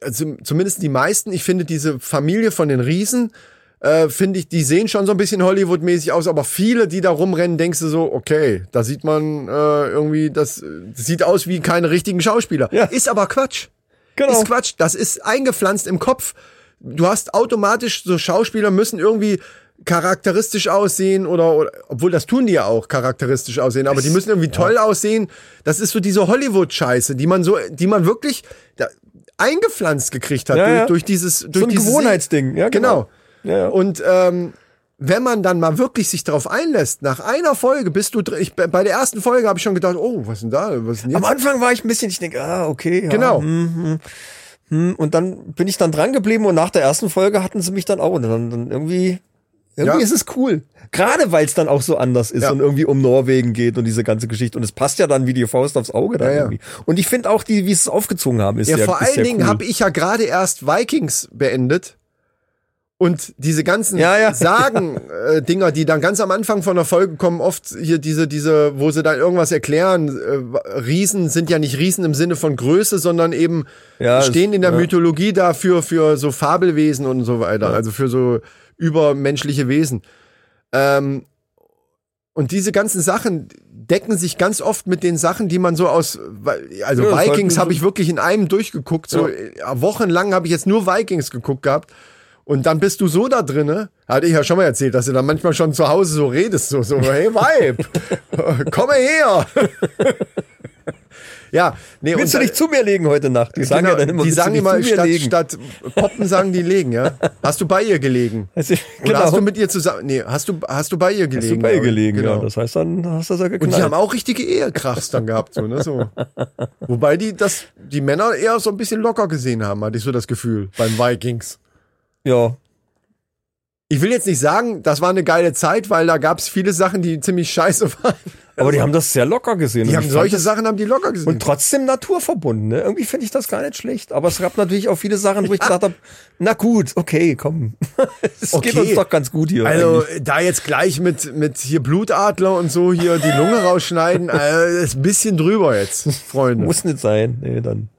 D: also zumindest die meisten, ich finde diese Familie von den Riesen, äh, finde ich, die sehen schon so ein bisschen Hollywood-mäßig aus, aber viele, die da rumrennen, denkst du so, okay, da sieht man äh, irgendwie, das, äh, sieht aus wie keine richtigen Schauspieler.
C: Ja.
D: Ist aber Quatsch.
C: Genau.
D: Ist Quatsch. Das ist eingepflanzt im Kopf. Du hast automatisch, so Schauspieler müssen irgendwie charakteristisch aussehen oder, oder obwohl das tun die ja auch charakteristisch aussehen, aber die müssen irgendwie toll aussehen. Das ist so diese Hollywood-Scheiße, die man so, die man wirklich da, eingepflanzt gekriegt hat
C: Ja,
D: durch,
C: ja.
D: durch dieses, durch
C: so ein
D: dieses
C: Gewohnheitsding, ja,
D: Genau.
C: genau. Ja, ja.
D: Und ähm, wenn man dann mal wirklich sich darauf einlässt, nach einer Folge bist du dr- ich, bei der ersten Folge habe ich schon gedacht, oh, was ist denn da? Was ist denn jetzt?
C: Am Anfang war ich ein bisschen, ich denke, ah, okay. Ja,
D: Genau.
C: hm, hm, hm. Und dann bin ich dann dran geblieben und nach der ersten Folge hatten sie mich dann auch. Und dann, dann irgendwie, irgendwie
D: Ja.
C: ist es cool. Gerade weil es dann auch so anders ist
D: Ja.
C: und irgendwie um Norwegen geht und diese ganze Geschichte. Und es passt ja dann wie die Faust aufs Auge dann
D: Ja, ja.
C: irgendwie. Und ich finde auch, die, wie sie es aufgezogen haben, ist
D: Ja,
C: ja,
D: vor
C: ist
D: allen
C: sehr
D: Dingen
C: cool.
D: habe ich ja gerade erst Vikings beendet. Und diese ganzen
C: Ja, ja.
D: Sagen-Dinger, die dann ganz am Anfang von der Folge kommen, oft hier diese, diese, wo sie dann irgendwas erklären, äh, Riesen sind ja nicht Riesen im Sinne von Größe, sondern eben
C: Ja, es-
D: stehen in der
C: ja.
D: Mythologie dafür, für so Fabelwesen und so weiter, also für so übermenschliche Wesen. Ähm, und diese ganzen Sachen decken sich ganz oft mit den Sachen, die man so aus, also
C: Ja, das
D: Vikings
C: sollten-
D: habe ich wirklich in einem durchgeguckt, so äh, wochenlang habe ich jetzt nur Vikings geguckt gehabt. Und dann bist du so da drinne, hatte ich ja schon mal erzählt, dass du dann manchmal schon zu Hause so redest, so, so, hey Weib, komme her. ja, nee,
C: Willst
D: und
C: du
D: da-
C: dich zu mir legen heute Nacht? Die sagen
D: genau,
C: ja dann immer,
D: die
C: willst du
D: sagen
C: dich
D: immer,
C: zu mir
D: statt,
C: legen?
D: statt Poppen sagen die legen, ja. Hast du bei ihr gelegen?
C: Also,
D: Oder hast du mit ihr zusammen, nee, hast du, hast du bei ihr gelegen?
C: Hast du bei ihr
D: glaub ich.
C: gelegen,
D: genau.
C: ja. Das heißt, dann hast du das ja
D: Und
C: geknallt.
D: die haben auch richtige Ehekrachs dann gehabt, so, ne? So. Wobei die das, die Männer eher so ein bisschen locker gesehen haben, hatte ich so das Gefühl, beim Vikings.
C: ja.
D: Ich will jetzt nicht sagen, das war eine geile Zeit, weil da gab es viele Sachen, die ziemlich scheiße waren.
C: Aber die haben das sehr locker gesehen.
D: Also
C: Und
D: Die haben
C: Also ich fand
D: solche
C: das-
D: Sachen haben die locker gesehen.
C: Und trotzdem naturverbunden, ne? Irgendwie finde ich das gar nicht schlecht. Aber es gab natürlich auch viele Sachen, wo ich gedacht habe, na gut, okay, komm. es
D: Okay.
C: geht uns doch ganz gut hier.
D: also
C: eigentlich.
D: da jetzt gleich mit, mit hier Blutadler und so hier die Lunge rausschneiden, äh, ist ein bisschen drüber jetzt, Freunde.
C: muss nicht sein. Nee, dann,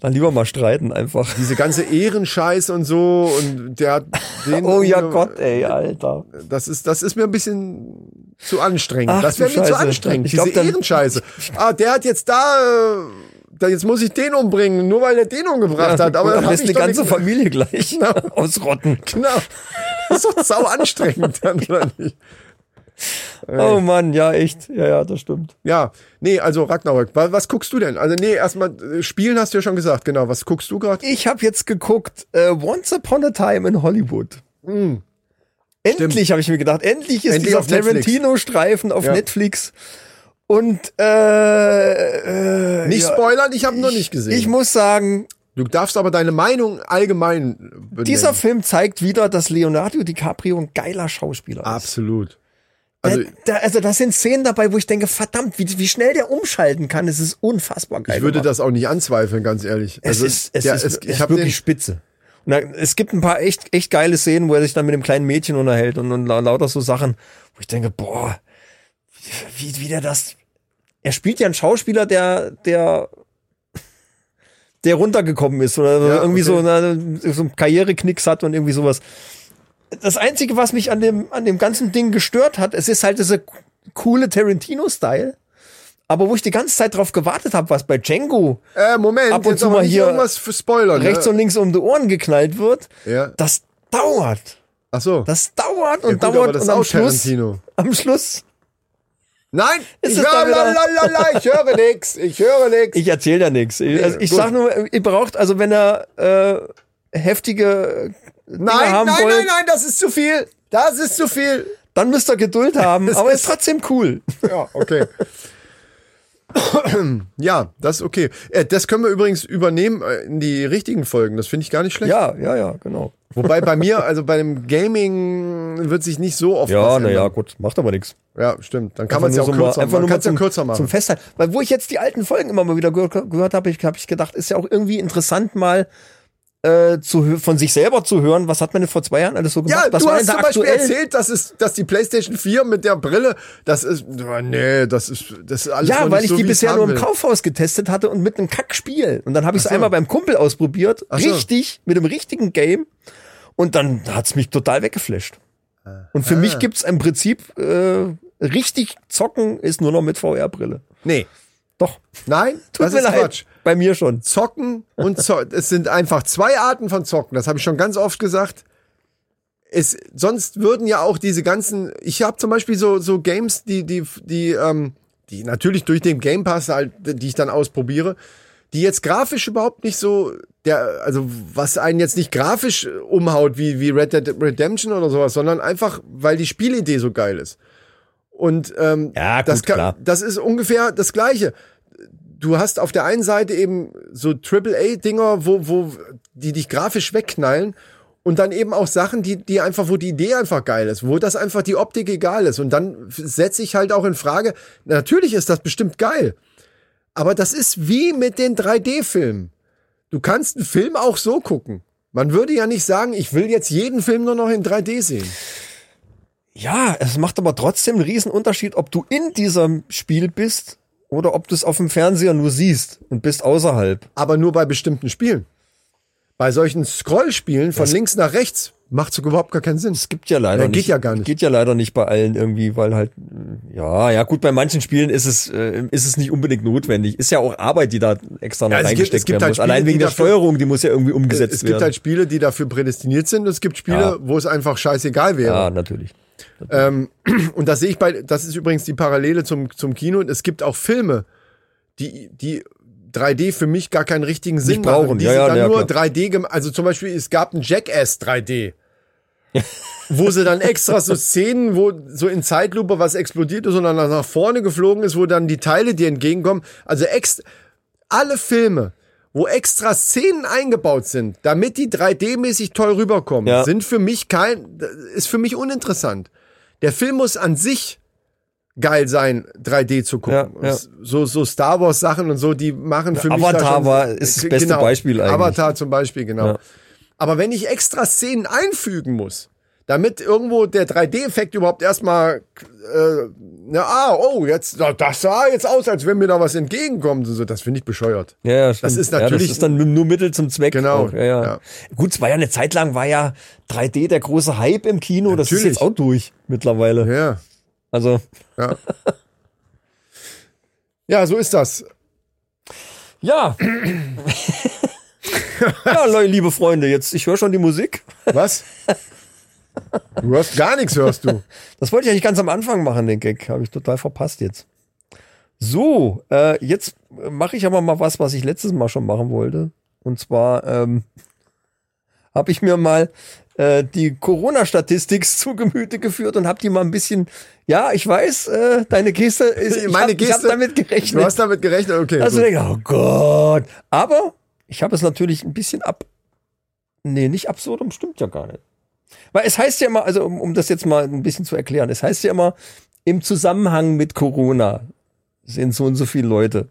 C: dann lieber mal streiten einfach.
D: Diese ganze Ehrenscheiß und so und der hat den.
C: Oh ja Gott, ey, Alter.
D: Das ist, das ist mir ein bisschen zu anstrengend.
C: Ach,
D: das
C: du
D: wäre mir zu
C: Scheiße.
D: anstrengend.
C: Ich
D: Diese
C: glaub, dann-
D: Ehrenscheiße. Ah, der hat jetzt da, äh, da, jetzt muss ich den umbringen, nur weil er den umgebracht hat. Aber
C: Gut, am
D: dann hab
C: besten
D: ich
C: die
D: doch
C: ganze
D: nicht-
C: Familie gleich ausrotten.
D: Genau. Das ist doch sau anstrengend dann, oder nicht?
C: Oh Mann, ja, echt. Ja, ja, das stimmt.
D: Ja, nee, also Ragnarök. Was, was guckst du denn? Also, nee, erstmal, äh, spielen hast du ja schon gesagt, genau. Was guckst du gerade?
C: Ich habe jetzt geguckt, äh, Once Upon a Time in Hollywood. Endlich, habe ich mir gedacht, endlich ist
D: Mm. Endlich
C: dieser
D: auf Netflix.
C: Tarantino-Streifen auf
D: Ja.
C: Netflix. Und äh, äh,
D: Nicht
C: ja,
D: spoilern, ich habe ihn noch nicht gesehen.
C: Ich muss sagen,
D: du darfst aber deine Meinung allgemein benennen.
C: dieser Film zeigt wieder, dass Leonardo DiCaprio ein geiler Schauspieler ist.
D: Absolut.
C: Also,
D: Also,
C: da, da, also da sind Szenen dabei, wo ich denke, verdammt, wie, wie schnell der umschalten kann. Es ist unfassbar geil.
D: ich würde
C: gemacht.
D: das auch nicht anzweifeln, ganz ehrlich.
C: Es
D: also,
C: ist, es
D: ja,
C: ist,
D: es-
C: es,
D: ich
C: ist
D: habe den
C: wirklich spitze. Und da, es gibt ein paar echt, echt geile Szenen, wo er sich dann mit dem kleinen Mädchen unterhält und, und la- lauter so Sachen, wo ich denke, boah, wie, wie der das. Er spielt ja einen Schauspieler, der, der, der runtergekommen ist oder
D: Ja,
C: irgendwie so,
D: okay.
C: na, so einen Karriereknicks hat und irgendwie sowas. Das Einzige, was mich an dem, an dem ganzen Ding gestört hat, es ist halt diese coole Tarantino-Style. Aber wo ich die ganze Zeit drauf gewartet habe, was bei Django
D: Äh, Moment,
C: Ab und
D: jetzt
C: zu
D: aber
C: mal
D: nicht
C: hier
D: irgendwas für Spoiler.
C: rechts und links um die Ohren geknallt wird,
D: Ja.
C: das dauert.
D: Ach so.
C: Das dauert und
D: ja, gut,
C: dauert
D: aber das
C: und
D: ist auch
C: am Schluss,
D: Tarantino.
C: am Schluss,
D: Nein,
C: Ist es
D: ich, hör,
C: dann wieder-
D: lalalala, ich höre nix, ich höre nix.
C: ich erzähle ja nichts. Ich- Also ich
D: gut.
C: sag nur, ihr braucht, also wenn er äh, heftige Dinge
D: nein,
C: haben
D: nein,
C: wollt,
D: nein, nein, das ist zu viel. Das ist zu viel.
C: dann müsst ihr Geduld haben, aber ist trotzdem cool.
D: Ja, okay. ja, das ist okay. Äh, Das können wir übrigens übernehmen äh, in die richtigen Folgen. Das finde ich gar nicht schlecht.
C: Ja, ja, ja, genau.
D: Wobei bei mir, also bei dem Gaming wird sich nicht so oft
C: Ja,
D: was
C: naja,
D: ändern.
C: gut, macht aber nichts.
D: Ja, stimmt. Dann kann man es ja auch
C: nur so mal-
D: kürzer,
C: einfach
D: man
C: nur mal
D: kann's ja
C: zum,
D: kürzer machen.
C: zum Festhalten. Weil wo ich jetzt die alten Folgen immer mal wieder gehört, gehört habe, ich, habe ich gedacht, ist ja auch irgendwie interessant mal äh, zu, hö- von sich selber zu hören, was hat man denn vor zwei Jahren alles so gemacht?
D: Ja,
C: was
D: du
C: war
D: hast
C: denn
D: zum
C: da
D: Beispiel
C: aktuell?
D: erzählt, dass, es, dass die PlayStation 4 mit der Brille, das ist, oh, nee, das ist, das ist alles noch
C: Ja,
D: nicht
C: weil ich
D: so,
C: die
D: wie ich's
C: bisher
D: haben
C: nur im
D: will.
C: Kaufhaus getestet hatte und mit einem Kackspiel. Und dann habe ich es einmal beim Kumpel ausprobiert,
D: so.
C: richtig, mit dem richtigen Game. Und dann hat's mich total weggeflasht. Und
D: Ah.
C: für mich gibt's im Prinzip äh, richtig zocken ist nur noch mit VR-Brille.
D: Nee,
C: Doch,
D: nein,
C: tut
D: das
C: mir
D: ist
C: leid.
D: Quatsch.
C: Bei mir schon.
D: Zocken und Zocken, es sind einfach zwei Arten von Zocken, das habe ich schon ganz oft gesagt. Es, sonst würden ja auch diese ganzen, ich habe zum Beispiel so, so Games, die, die, die, ähm, die natürlich durch den Game Pass halt, die ich dann ausprobiere, die jetzt grafisch überhaupt nicht so, der, also was einen jetzt nicht grafisch äh, umhaut wie, wie Red Dead Redemption oder sowas, sondern einfach, weil die Spielidee so geil ist. Und ähm,
C: Ja, gut,
D: das, kann,
C: klar.
D: das ist ungefähr das Gleiche. Du hast auf der einen Seite eben so AAA-Dinger, wo, wo die dich grafisch wegknallen und dann eben auch Sachen, die, die einfach, wo die Idee einfach geil ist, wo das einfach die Optik egal ist. Und dann setze ich halt auch in Frage, natürlich ist das bestimmt geil, aber das ist wie mit den 3D-Filmen. Du kannst einen Film auch so gucken. Man würde ja nicht sagen, ich will jetzt jeden Film nur noch in 3D sehen.
C: Ja, es macht aber trotzdem einen riesen Unterschied, ob du in diesem Spiel bist oder ob du es auf dem Fernseher nur siehst und bist außerhalb.
D: aber nur bei bestimmten Spielen. Bei solchen Scrollspielen von links nach rechts macht sogar überhaupt gar keinen Sinn.
C: Es gibt ja leider
D: Ja,
C: nicht.
D: geht ja gar nicht.
C: Geht ja leider nicht bei allen irgendwie, weil halt mh, ja, ja gut, bei manchen Spielen ist es äh, ist es nicht unbedingt notwendig. Ist ja auch Arbeit, die da extra noch
D: Ja, es gibt- es
C: reingesteckt
D: gibt
C: werden
D: halt
C: muss.
D: Spiele,
C: Allein wegen
D: die
C: der
D: dafür-
C: Steuerung, die muss ja irgendwie umgesetzt
D: Es gibt
C: werden.
D: halt Spiele, die dafür prädestiniert sind und es gibt Spiele,
C: Ja.
D: wo es einfach scheißegal wäre.
C: ja, natürlich.
D: Ähm, und das sehe ich bei, das ist übrigens die Parallele zum, zum Kino. Und es gibt auch Filme, die, die 3D für mich gar keinen richtigen Sinn
C: brauchen.
D: machen. Die
C: Ja,
D: sind
C: ja,
D: dann
C: ja,
D: nur
C: klar.
D: 3D gemacht. Also zum Beispiel, es gab einen Jackass 3D. wo sie dann extra so Szenen, wo so in Zeitlupe was explodiert ist und dann nach vorne geflogen ist, wo dann die Teile dir entgegenkommen. Also ex alle Filme, wo extra Szenen eingebaut sind, damit die 3D-mäßig toll rüberkommen,
C: Ja.
D: sind für mich kein, ist für mich uninteressant. Der Film muss an sich geil sein, 3D zu gucken.
C: Ja, ja.
D: So, so Star Wars Sachen und so, die machen für mich. da
C: Avatar
D: schon-
C: war- ist das
D: G- genau.
C: beste Beispiel eigentlich.
D: Avatar zum Beispiel, genau.
C: Ja.
D: Aber wenn ich extra Szenen einfügen muss, damit irgendwo der 3D-Effekt überhaupt erstmal, äh, na, ah, oh, jetzt, das sah jetzt aus, als wenn mir da was entgegenkommt und so, das finde ich bescheuert.
C: Ja, ja, stimmt.
D: Das ist
C: ja, das
D: natürlich-
C: ist dann nur Mittel zum Zweck.
D: Genau,
C: auch. Ja, ja.
D: ja.
C: Gut, es war ja eine Zeit lang war ja 3D der große Hype im Kino. Das ist
D: Natürlich.
C: jetzt auch durch mittlerweile.
D: Ja.
C: Also
D: Ja. ja, so ist das.
C: ja. ja, Leute, liebe Freunde, jetzt ich höre schon die Musik.
D: Was? Du hörst gar nichts, hörst du.
C: Das wollte ich eigentlich ganz am Anfang machen, den Gag. Habe ich total verpasst jetzt. So, äh, jetzt mache ich aber mal was, was ich letztes Mal schon machen wollte. Und zwar ähm, habe ich mir mal äh, die Corona-Statistik zu Gemüte geführt und habe die mal ein bisschen, ja, ich weiß, äh, deine Geste ist, ich
D: Meine
C: hab, ich
D: Geste-
C: habe damit gerechnet.
D: Du hast damit gerechnet, okay.
C: Also
D: gut.
C: denke ich, oh Gott. Aber ich habe es natürlich ein bisschen ab. Nee, nicht absurdum, stimmt ja gar nicht. Weil es heißt ja immer, also um, um das jetzt mal ein bisschen zu erklären, es heißt ja immer, im Zusammenhang mit Corona sind so und so viele Leute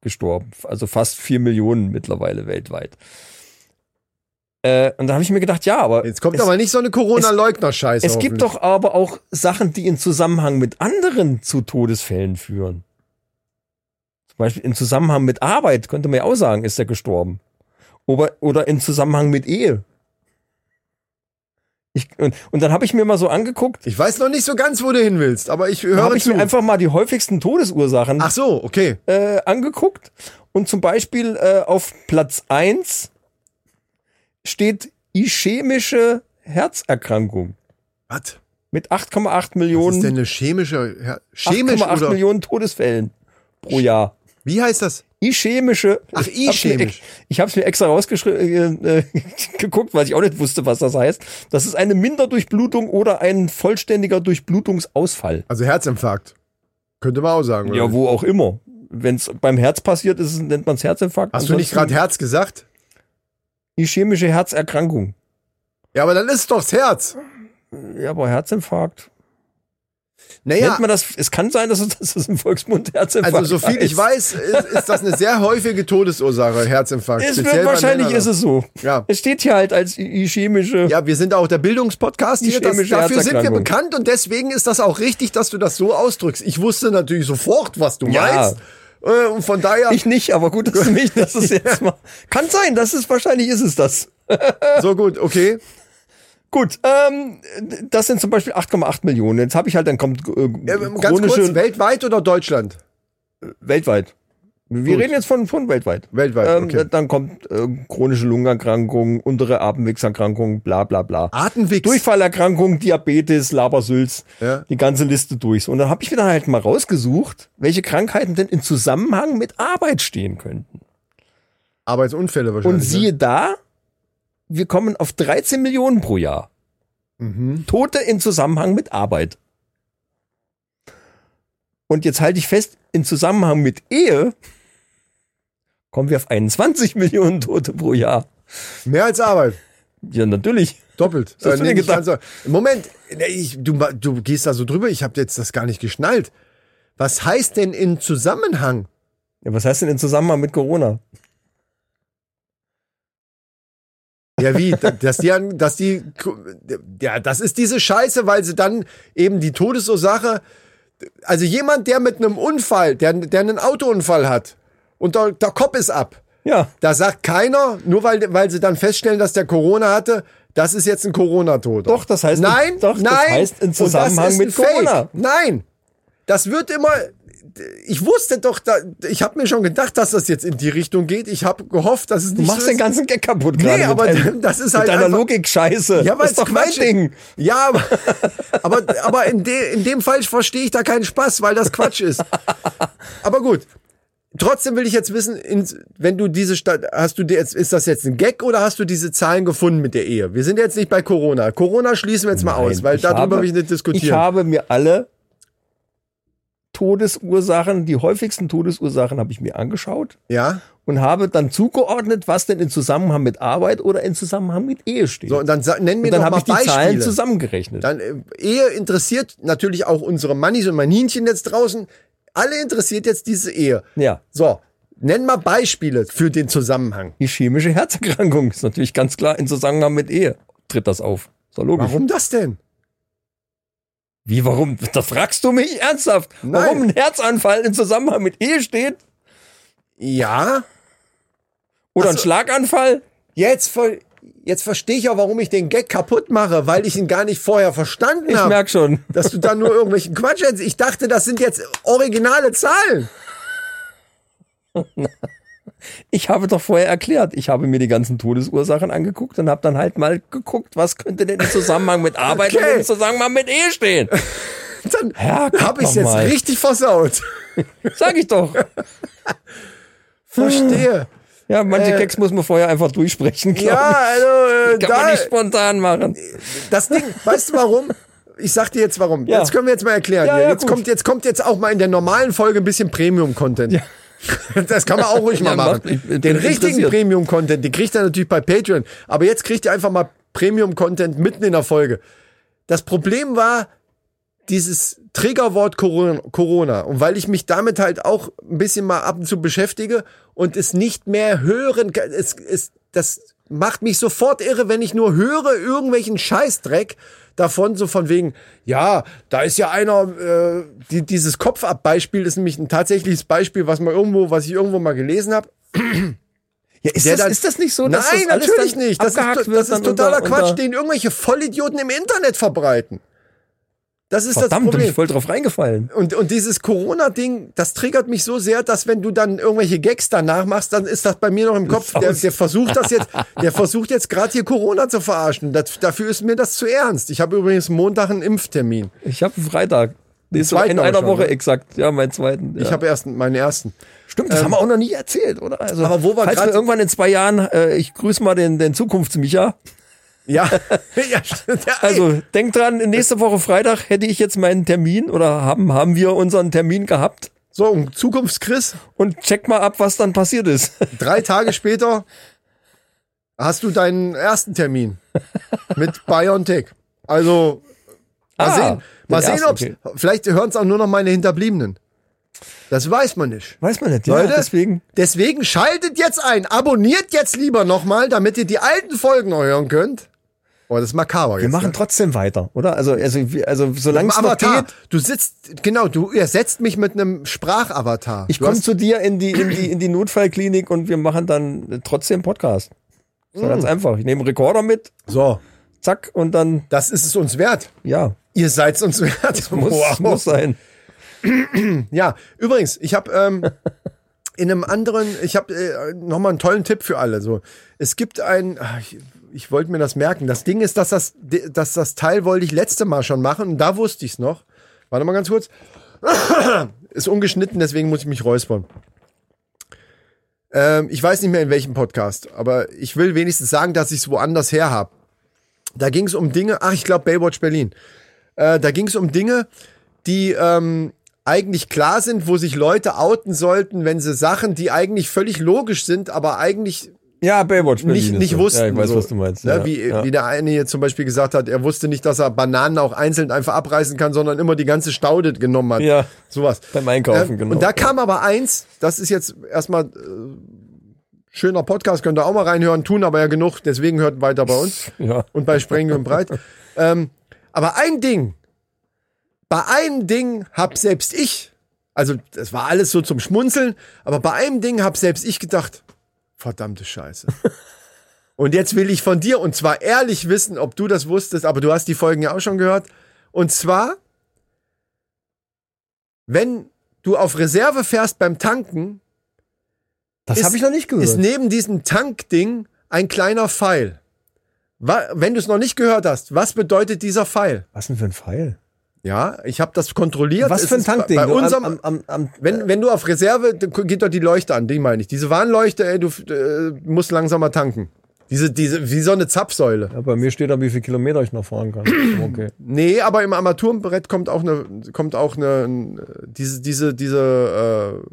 C: gestorben. Also fast vier Millionen mittlerweile weltweit. Äh, und da habe ich mir gedacht, ja, aber
D: Jetzt kommt
C: es,
D: aber nicht so eine Corona-Leugner-Scheiße.
C: es gibt doch
D: hoffentlich.
C: aber auch Sachen, die in Zusammenhang mit anderen zu Todesfällen führen. Zum Beispiel im Zusammenhang mit Arbeit könnte man ja auch sagen, ist er gestorben. Oder, oder im Zusammenhang mit Ehe. Ich, und, und dann habe ich mir mal so angeguckt,
D: Ich weiß noch nicht so ganz, wo du hin willst, aber ich
C: dann
D: höre
C: habe ich
D: zu.
C: mir einfach mal die häufigsten Todesursachen
D: Ach so, okay.
C: äh, angeguckt. Und zum Beispiel äh, auf Platz 1 steht ischämische Herzerkrankung
D: Was?
C: mit 8,8
D: Was ist
C: Millionen
D: denn eine chemische, ja, chemisch
C: 8,8
D: oder
C: Millionen Todesfällen pro Jahr.
D: wie heißt das?
C: Ischämische. Ich
D: Ach,
C: hab's mir
D: ischämisch.
C: ex- Ich habe es mir extra rausgeschrieben, äh, äh, geguckt, weil ich auch nicht wusste, was das heißt. Das ist eine Minderdurchblutung oder ein vollständiger Durchblutungsausfall.
D: Also Herzinfarkt. Könnte man auch sagen. oder?
C: Ja, wo auch immer. Wenn es beim Herz passiert ist, nennt man es Herzinfarkt.
D: Hast du nicht gerade
C: Ansonsten
D: Herz gesagt?
C: ischämische Herzerkrankung?
D: Ja, aber dann ist es doch das Herz.
C: Ja, aber Herzinfarkt.
D: Naja,
C: Nennt man das? Es kann sein, dass es, dass es im Volksmund Herzinfarkt
D: also so viel
C: heißt.
D: ich weiß, ist, ist das eine sehr häufige Todesursache, Herzinfarkt.
C: Es
D: Speziell
C: wird
D: bei
C: wahrscheinlich
D: Männern.
C: ist es so.
D: Ja.
C: Es steht hier halt als i- ischämische.
D: Ja, wir sind auch der Bildungspodcast
C: Die
D: hier. Das,
C: chemische
D: dafür sind wir
C: Herzerkrankung.
D: bekannt und deswegen ist das auch richtig, dass du das so ausdrückst. Ich wusste natürlich sofort, was du
C: Ja.
D: meinst. Äh, Und von daher,
C: Ich nicht, aber gut, dass du mich das ist jetzt mal. Kann sein, das ist wahrscheinlich ist es das.
D: so gut, okay.
C: Gut, ähm, das sind zum Beispiel 8,8 Millionen. Jetzt habe ich halt, dann kommt äh,
D: Ähm, Ganz kurz,
C: chronische
D: weltweit oder Deutschland?
C: weltweit. Wir
D: Gut.
C: reden jetzt von, von weltweit.
D: Weltweit,
C: Ähm,
D: okay.
C: Dann kommt äh, chronische Lungenerkrankungen, untere Atemwegserkrankungen, bla bla bla.
D: Atemwegs.
C: Durchfallerkrankungen, Diabetes, Labersülz,
D: Ja.
C: die ganze Liste durch. Und dann habe ich mir dann halt mal rausgesucht, welche Krankheiten denn in Zusammenhang mit Arbeit stehen könnten.
D: Arbeitsunfälle wahrscheinlich. ne?
C: Und siehe da, wir kommen auf 13 Millionen pro Jahr.
D: Mhm.
C: Tote in Zusammenhang mit Arbeit. Und jetzt halte ich fest, in Zusammenhang mit Ehe kommen wir auf 21 Millionen Tote pro Jahr.
D: ne? Mehr als Arbeit.
C: Ja, natürlich.
D: Doppelt. Äh,
C: hast du dir
D: nicht
C: gedacht?
D: ganz so. Moment, ne, ich, du, ma- du gehst da so drüber. Ich habe jetzt das gar nicht geschnallt. Was heißt denn in Zusammenhang?
C: Ja, was heißt denn in Zusammenhang mit Corona?
D: Ja, wie? Da- Dass die, an- dass die, ja, das ist diese Scheiße, weil sie dann eben die Todesursache, also jemand, der mit einem Unfall, der, der einen Autounfall hat und der, der Kopf ist ab,
C: Ja,
D: da sagt keiner, nur weil, weil sie dann feststellen, dass der Corona hatte, das ist jetzt ein Corona-Tod.
C: Doch, das heißt-
D: nein,
C: doch, das
D: nein,
C: heißt in
D: und das
C: Zusammenhang
D: ist ein
C: mit
D: Fake.
C: Corona.
D: Nein, das wird immer. Ich wusste doch, da, ich habe mir schon gedacht, dass das jetzt in die Richtung geht. Ich habe gehofft, dass es
C: du
D: nicht
C: machst
D: so
C: den
D: ist.
C: ganzen Gag kaputt gerade.
D: aber
C: mit deinem-
D: das ist halt
C: Mit deiner
D: einfach-
C: Logik-Scheiße.
D: Ja, aber
C: ist
D: es
C: doch mein
D: Quatsch-
C: Ding.
D: Ja, aber, aber, aber in, de, in dem Fall verstehe ich da keinen Spaß, weil das Quatsch ist. Aber gut. Trotzdem will ich jetzt wissen, in, wenn du diese Stadt, hast du dir jetzt, ist das jetzt ein Gag oder hast du diese Zahlen gefunden mit der Ehe? Wir sind jetzt nicht bei Corona. Corona schließen wir jetzt mal aus,
C: Nein,
D: weil
C: ich
D: darüber
C: habe-
D: will ich nicht
C: Ich
D: diskutieren.
C: habe mir alle Todesursachen, die häufigsten Todesursachen habe ich mir angeschaut
D: ja.
C: und habe dann zugeordnet, was denn in Zusammenhang mit Arbeit oder in Zusammenhang mit Ehe steht.
D: So, und dann sa- nenn mir
C: und dann
D: doch
C: habe
D: mal
C: ich die
D: Beispiele.
C: Zahlen zusammengerechnet.
D: Dann äh, Ehe interessiert natürlich auch unsere Mannis und Maninchen jetzt draußen. Alle interessiert jetzt diese Ehe.
C: ja,
D: So, nenn mal Beispiele für den Zusammenhang.
C: die chemische Herzerkrankung ist natürlich ganz klar in Zusammenhang mit Ehe. Tritt das auf. Ist doch logisch.
D: Warum das denn?
C: Wie, warum? Da fragst du mich ernsthaft,
D: Nein.
C: warum ein Herzanfall in Zusammenhang mit Ehe steht?
D: Ja,
C: Oder
D: Ach
C: ein
D: so.
C: Schlaganfall?
D: jetzt, ver jetzt verstehe ich auch, warum ich den Gag kaputt mache, weil ich ihn gar nicht vorher verstanden
C: Ich
D: habe.
C: merk schon.
D: Dass du da nur irgendwelchen Quatsch erzählst. Ich dachte, das sind jetzt originale Zahlen.
C: Ich habe doch vorher erklärt, ich habe mir die ganzen Todesursachen angeguckt und habe dann halt mal geguckt, was könnte denn im Zusammenhang mit Arbeit
D: Okay.
C: und im Zusammenhang mit Ehe stehen.
D: Dann
C: Ja, guck
D: habe ich
C: doch
D: jetzt
C: mal.
D: richtig versaut.
C: Sag ich doch.
D: Verstehe.
C: Ja, manche
D: Äh,
C: Gags muss man vorher einfach durchsprechen, glaub
D: ja, also, äh,
C: das kann man nicht spontan machen.
D: Das Ding, weißt du warum? Ich sag dir jetzt warum.
C: Ja.
D: Jetzt können wir jetzt mal erklären.
C: Ja,
D: hier.
C: ja,
D: jetzt,
C: gut.
D: kommt, jetzt kommt jetzt auch mal in der normalen Folge ein bisschen Premium-Content. Das kann man auch ruhig
C: Ja,
D: mal
C: macht
D: machen.
C: mich- bin
D: Den
C: interessiert.
D: richtigen Premium-Content, den kriegt er natürlich bei Patreon. Aber jetzt kriegt ihr einfach mal Premium-Content mitten in der Folge. Das Problem war dieses Triggerwort Corona- Corona. Und weil ich mich damit halt auch ein bisschen mal ab und zu beschäftige und es nicht mehr hören kann, es, es, das macht mich sofort irre, wenn ich nur höre irgendwelchen Scheißdreck davon, so von wegen, ja, da ist ja einer, äh, die, dieses Kopf Beispiel ist nämlich ein tatsächliches Beispiel, was mal irgendwo, was ich irgendwo mal gelesen habe.
C: Ja, ist,
D: Der
C: das,
D: dann-
C: ist das nicht so?
D: Nein,
C: dass das alles
D: natürlich
C: dann
D: nicht. Das ist,
C: abgehakt
D: to-
C: wird
D: das
C: dann
D: ist totaler
C: unter,
D: Quatsch,
C: Unter,
D: den irgendwelche Vollidioten im Internet verbreiten. Das ist das
C: verdammt, bin
D: Problem.
C: ich voll drauf reingefallen.
D: Und, und dieses Corona-Ding, das triggert mich so sehr, dass wenn du dann irgendwelche Gags danach machst, dann ist das bei mir noch im Kopf. Der, der versucht das jetzt, der versucht jetzt gerade hier Corona zu verarschen. Das, dafür ist mir das zu ernst. Ich habe übrigens Montag einen Impftermin.
C: Ich habe Freitag. Nächste
D: Zweiten
C: in
D: aber
C: einer
D: schon,
C: Woche
D: ne?
C: exakt. Ja, meinen zweiten. Ja.
D: Ich habe erst meinen ersten.
C: Stimmt, das haben wir auch noch nie erzählt, oder? Also,
D: Aber wo wir
C: falls
D: grad-
C: wir irgendwann in zwei Jahren, äh, ich grüße mal den, den Zukunftsmicha.
D: Ja, ja, stimmt. ja ey.
C: Also denkt dran, nächste Woche Freitag hätte ich jetzt meinen Termin oder haben, haben wir unseren Termin gehabt
D: so und Zukunftschris.
C: und check mal ab, was dann passiert ist.
D: Drei Tage später hast du deinen ersten Termin mit BioNTech. Also mal
C: Ah,
D: sehen, mal
C: den
D: sehen,
C: ersten,
D: ob's. Vielleicht hören es auch nur noch meine Hinterbliebenen. Das weiß man nicht.
C: Weiß man nicht,
D: Leute,
C: ja, deswegen.
D: deswegen schaltet jetzt ein. Abonniert jetzt lieber nochmal, damit ihr die alten Folgen noch hören könnt. Oh, das ist makaber jetzt.
C: Wir machen trotzdem weiter, oder? Also, also, wir- also solange
D: ne?
C: es noch
D: Avatar.
C: geht,
D: Du sitzt, genau, du ersetzt mich mit einem Sprachavatar.
C: ich
D: Du
C: komme
D: hast-
C: zu dir in die, in, die, in die Notfallklinik und wir machen dann trotzdem Podcast. So ganz einfach. Ich nehme einen Rekorder mit,
D: So,
C: zack, und dann,
D: das ist es uns wert.
C: ja,
D: Ihr seid es uns wert.
C: muss, muss sein.
D: Ja, übrigens, ich habe ähm, in einem anderen, ich habe äh, nochmal einen tollen Tipp für alle. So, es gibt ein, ah, ich, ich wollte mir das merken. Das Ding ist, dass das, dass das Teil wollte ich letzte Mal schon machen und da wusste ich es noch. Warte mal ganz kurz. Ist ungeschnitten, deswegen muss ich mich räuspern. Ähm, ich weiß nicht mehr in welchem Podcast, aber ich will wenigstens sagen, dass ich es woanders her habe. Da ging es um Dinge, ach, ich glaube Baywatch Berlin. Äh, da ging es um Dinge, die ähm, eigentlich klar sind, wo sich Leute outen sollten, wenn sie Sachen, die eigentlich völlig logisch sind, aber eigentlich
C: Ja, Baywatch Berlin
D: nicht,
C: ist
D: nicht
C: so.
D: wussten.
C: Ja, ich weiß,
D: so.
C: was du meinst.
D: Ne?
C: ja.
D: Wie,
C: ja.
D: wie der eine hier zum Beispiel gesagt hat, er wusste nicht, dass er Bananen auch einzeln einfach abreißen kann, sondern immer die ganze Staude genommen hat.
C: Ja.
D: Sowas. Ähm,
C: Beim Einkaufen, genau.
D: Und da kam aber eins, das ist jetzt erstmal äh, schöner Podcast, könnt ihr auch mal reinhören, tun aber ja genug, deswegen hört weiter bei uns
C: ja.
D: und bei Sprengen und Breit. ähm, aber ein Ding, bei einem Ding hab selbst ich, also das war alles so zum Schmunzeln, aber bei einem Ding hab selbst ich gedacht, verdammte Scheiße. Und jetzt will ich von dir, und zwar ehrlich wissen, ob du das wusstest, aber du hast die Folgen ja auch schon gehört. Und zwar, wenn du auf Reserve fährst beim Tanken,
C: Das
D: ist-
C: habe ich noch nicht gehört.
D: ist neben diesem Tankding ein kleiner Pfeil. Wa- Wenn du es noch nicht gehört hast, was bedeutet dieser Pfeil?
C: was denn für ein Pfeil?
D: Ja, ich habe das kontrolliert.
C: Was
D: Es
C: für ein
D: ist bei-
C: Tankding?
D: Bei
C: Du, am-
D: unserem,
C: am, am, am,
D: wenn, wenn du auf Reserve, dann geht doch die Leuchte an, die meine ich. Diese Warnleuchte, ey, du äh, musst langsamer tanken. Diese, diese, wie so eine Zapfsäule.
C: ja, bei mir steht da, wie viele Kilometer ich noch fahren kann. Okay.
D: Nee, aber im Armaturenbrett kommt auch eine, kommt auch eine, äh, diese, diese, diese äh,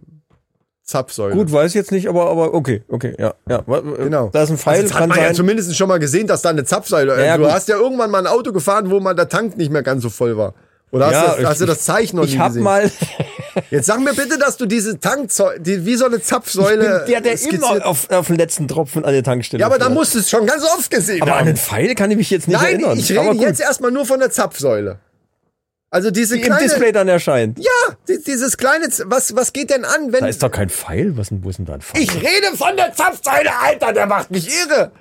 D: Zapfsäule.
C: Gut, weiß jetzt nicht, aber, aber okay, okay, ja. ja. wa- äh,
D: Genau.
C: Da ist ein Pfeil
D: also das hat
C: dran
D: man ja
C: sein.
D: zumindest schon mal gesehen, dass da eine Zapfsäule.
C: Ja, ja,
D: du
C: gut.
D: hast ja irgendwann mal ein Auto gefahren, wo man der Tank nicht mehr ganz so voll war. Oder hast,
C: Ja,
D: du, das, hast du
C: ich-
D: das Zeichen noch
C: ich
D: nie
C: hab
D: gesehen?
C: mal,
D: Jetzt sag mir bitte, dass du diese Tanksäule, die, wie so eine Zapfsäule.
C: der, der
D: skizziert-
C: immer auf, auf den letzten Tropfen an der Tankstelle.
D: ja, aber da
C: fährt.
D: musst du es schon ganz oft gesehen
C: Aber an
D: haben.
C: den Pfeil kann ich mich jetzt nicht
D: Nein,
C: erinnern.
D: ich rede
C: aber gut,
D: jetzt erstmal nur von der Zapfsäule. Also diese
C: die im
D: kleine.
C: Display dann erscheint.
D: Ja, die, dieses kleine. Z- Was, was geht denn an, wenn.
C: Da ist doch kein Pfeil. Was denn, wo ist denn da ein Pfeil?
D: ich rede von der Zapfsäule, Alter, der macht mich irre.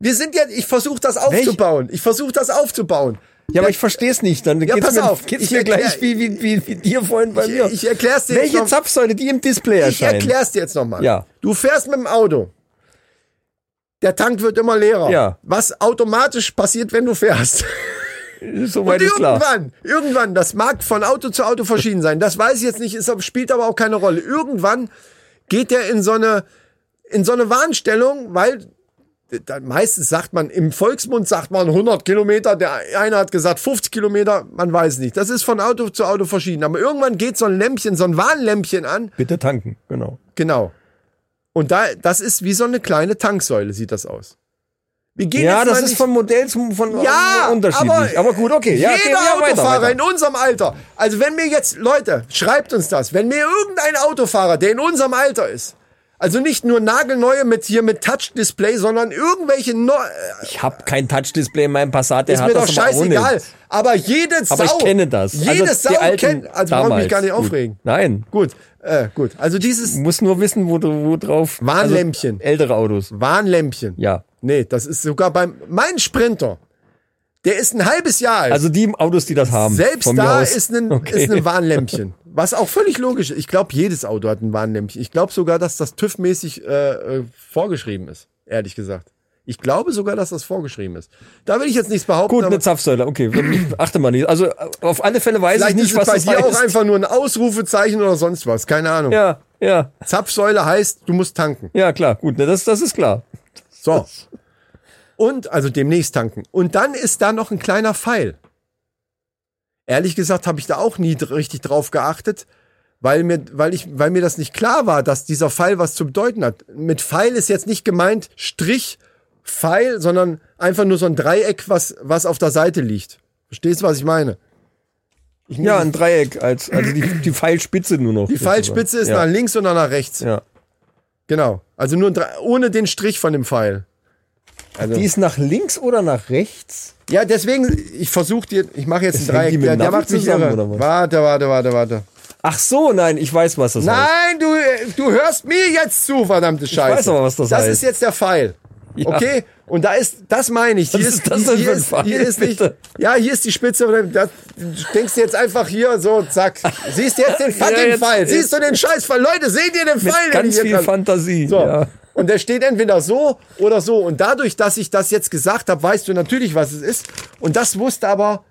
D: Wir sind ja, ich versuche das
C: Welch-
D: aufzubauen. Ich versuche das aufzubauen.
C: ja, aber ich verstehe es nicht. Dann geht's
D: pass
C: mir,
D: auf,
C: Geht's
D: ich
C: mir
D: erklär-
C: gleich wie, wie, wie, wie dir vorhin bei
D: Ich-
C: mir.
D: ich erklär's dir jetzt
C: Welche
D: noch-
C: Zapfsäule, die im Display
D: Ich
C: erscheint?
D: erklär's dir jetzt nochmal.
C: Äh, Ja.
D: Du fährst mit dem Auto. Der Tank wird immer leerer.
C: Ja.
D: Was automatisch passiert, wenn du fährst.
C: Soweit ist klar.
D: irgendwann, irgendwann, das mag von Auto zu Auto verschieden sein. Das weiß ich jetzt nicht, ist, aber- spielt aber auch keine Rolle. Irgendwann geht der in so eine, in so eine Warnstellung, weil dann meistens sagt man, im Volksmund sagt man 100 Kilometer, der eine hat gesagt 50 Kilometer, man weiß nicht. Das ist von Auto zu Auto verschieden. Aber irgendwann geht so ein Lämpchen, so ein Warnlämpchen an.
C: Bitte tanken, genau.
D: Genau. Und da, das ist wie so eine kleine Tanksäule, sieht das aus. Wir gehen
C: Ja,
D: jetzt
C: das
D: mal
C: ist
D: nicht-
C: von Modell zu von
D: Ja,
C: äh, unterschiedlich.
D: aber
C: Aber, gut, okay. Ja, okay,
D: Jeder
C: ja, weiter,
D: Autofahrer
C: weiter.
D: in unserem Alter. Also wenn mir jetzt, Leute, schreibt uns das, wenn mir irgendein Autofahrer, der in unserem Alter ist, also nicht nur nagelneue mit hier mit Touch-Display, sondern irgendwelche neu,
C: Ich habe kein Touch-Display in meinem Passat, der
D: ist
C: hat
D: mir doch
C: das aber auch
D: scheißegal.
C: nicht.
D: Aber jede
C: Aber
D: Sau,
C: ich kenne das.
D: Jede
C: also, die
D: Sau
C: alten
D: kennt, also brauche ich
C: damals.
D: mich gar nicht
C: Gut.
D: aufregen.
C: Nein,
D: Gut, äh, gut. Also dieses
C: du musst nur wissen, wo, du- wo drauf...
D: Warnlämpchen.
C: Also, ältere Autos,
D: Warnlämpchen.
C: ja.
D: Nee, das ist sogar beim, mein Sprinter, der ist ein halbes Jahr alt.
C: Also die Autos, die das haben.
D: Selbst
C: von mir
D: da
C: aus.
D: ist ein,
C: Okay.
D: ist ein Warnlämpchen. Was auch völlig logisch ist. Ich glaube, jedes Auto hat ein Warnlämpchen. Ich glaube sogar, dass das TÜV-mäßig äh, äh, vorgeschrieben ist, ehrlich gesagt. Ich glaube sogar, dass das vorgeschrieben ist. Da will ich jetzt nichts behaupten.
C: Gut,
D: aber
C: eine Zapfsäule, okay. Achte mal nicht. Also auf alle Fälle weiß ich
D: vielleicht
C: nicht,
D: ist es
C: was
D: bei
C: das
D: dir
C: heißt.
D: auch einfach nur ein Ausrufezeichen oder sonst was. Keine Ahnung.
C: ja, ja,
D: Zapfsäule heißt, du musst tanken.
C: ja, klar. Gut, ne, das, das ist klar.
D: So. Und, also demnächst tanken. Und dann ist da noch ein kleiner Pfeil. Ehrlich gesagt habe ich da auch nie dr- richtig drauf geachtet, weil mir, weil, ich, weil mir das nicht klar war, dass dieser Pfeil was zu bedeuten hat. Mit Pfeil ist jetzt nicht gemeint Strich, Pfeil, sondern einfach nur so ein Dreieck, was, was auf der Seite liegt. Verstehst du, was ich meine?
C: Ja, ein Dreieck, als, also die, die Pfeilspitze nur noch.
D: Die Pfeilspitze ist
C: ja.
D: nach links und dann nach rechts.
C: Ja.
D: Genau. Also nur ein Dre ohne den Strich von dem Pfeil. Also-
C: Die ist nach links oder nach rechts?
D: Ja, deswegen, ich versuche dir, ich mache jetzt ein
C: Deswegen die mit
D: Dreieck. Der, der
C: Navi
D: macht mich
C: zusammen,
D: irre.
C: oder was?
D: Warte, warte, warte, warte.
C: Ach so, nein, ich weiß, was das heißt.
D: Nein, du, äh, du hörst mir jetzt zu, verdammte Scheiße.
C: weiß aber, was das
D: Das
C: heißt.
D: ist jetzt der Pfeil.
C: Ja.
D: Okay? Und da ist, das meine ich. Hier
C: Was
D: ist,
C: ist das denn
D: hier
C: für ein
D: ist,
C: Pfeil,
D: Hier ist nicht,
C: bitte?
D: ja, hier ist die Spitze. und dann- Das, du denkst jetzt einfach hier so, zack. Siehst du jetzt den fucking
C: Ja, jetzt-
D: Pfeil? Siehst du den scheiß Pfeil? Leute, seht ihr den
C: Mit
D: Pfeil? den ich
C: ganz
D: hier
C: viel
D: dran-
C: Fantasie.
D: so.
C: Ja.
D: Und der steht entweder so oder so. Und dadurch, dass ich das jetzt gesagt habe, weißt du natürlich, was es ist. Und das wusste aber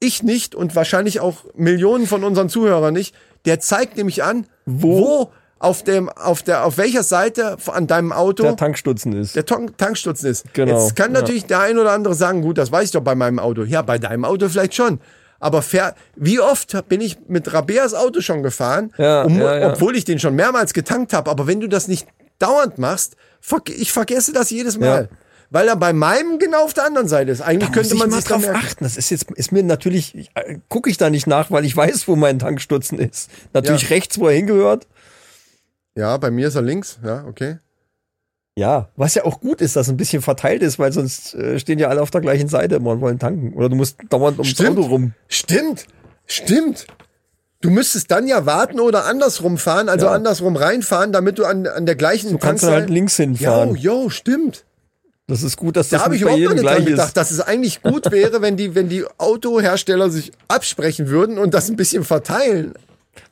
D: ich nicht und wahrscheinlich auch Millionen von unseren Zuhörern nicht. Der zeigt nämlich an, wo, auf dem, auf der, auf welcher Seite an deinem Auto
C: Der Tankstutzen ist.
D: der Ton Tankstutzen ist.
C: Genau,
D: Jetzt kann
C: ja.
D: natürlich der ein oder andere sagen, gut, das weiß ich doch bei meinem Auto. Ja, bei deinem Auto vielleicht schon. Aber fair, wie oft bin ich mit Rabeas Auto schon gefahren,
C: Ja,
D: um,
C: ja, ja.
D: obwohl ich den schon mehrmals getankt habe. Aber wenn du das nicht dauernd machst, ver ich vergesse das jedes Mal.
C: Ja.
D: Weil er bei meinem genau auf der anderen Seite ist. Eigentlich könnte man sich dran
C: drauf
D: merken.
C: achten. Das ist jetzt, ist mir natürlich, ich, äh, gucke ich da nicht nach, weil ich weiß, wo mein Tankstutzen ist. Natürlich
D: Ja.
C: rechts, wo er hingehört.
D: Ja, bei mir ist er links. Ja, okay.
C: Ja, was ja auch gut ist, dass ein bisschen verteilt ist, weil sonst äh, stehen ja alle auf der gleichen Seite immer und wollen tanken. Oder du musst dauernd ums
D: Stimmt.
C: Auto rum.
D: Stimmt. Stimmt. Du müsstest dann ja warten oder andersrum fahren, also
C: Ja.
D: andersrum reinfahren, damit du an, an der gleichen
C: Du kannst dann
D: Tankseite-
C: halt links
D: Jo,
C: hinfahren.
D: jo, oh, stimmt.
C: Das ist gut, dass
D: Da
C: das
D: habe
C: nicht
D: ich
C: bei jedem
D: überhaupt noch nicht
C: gleich
D: dran
C: ist.
D: gedacht, dass es eigentlich gut wäre, wenn die, wenn die Autohersteller sich absprechen würden und das ein bisschen verteilen.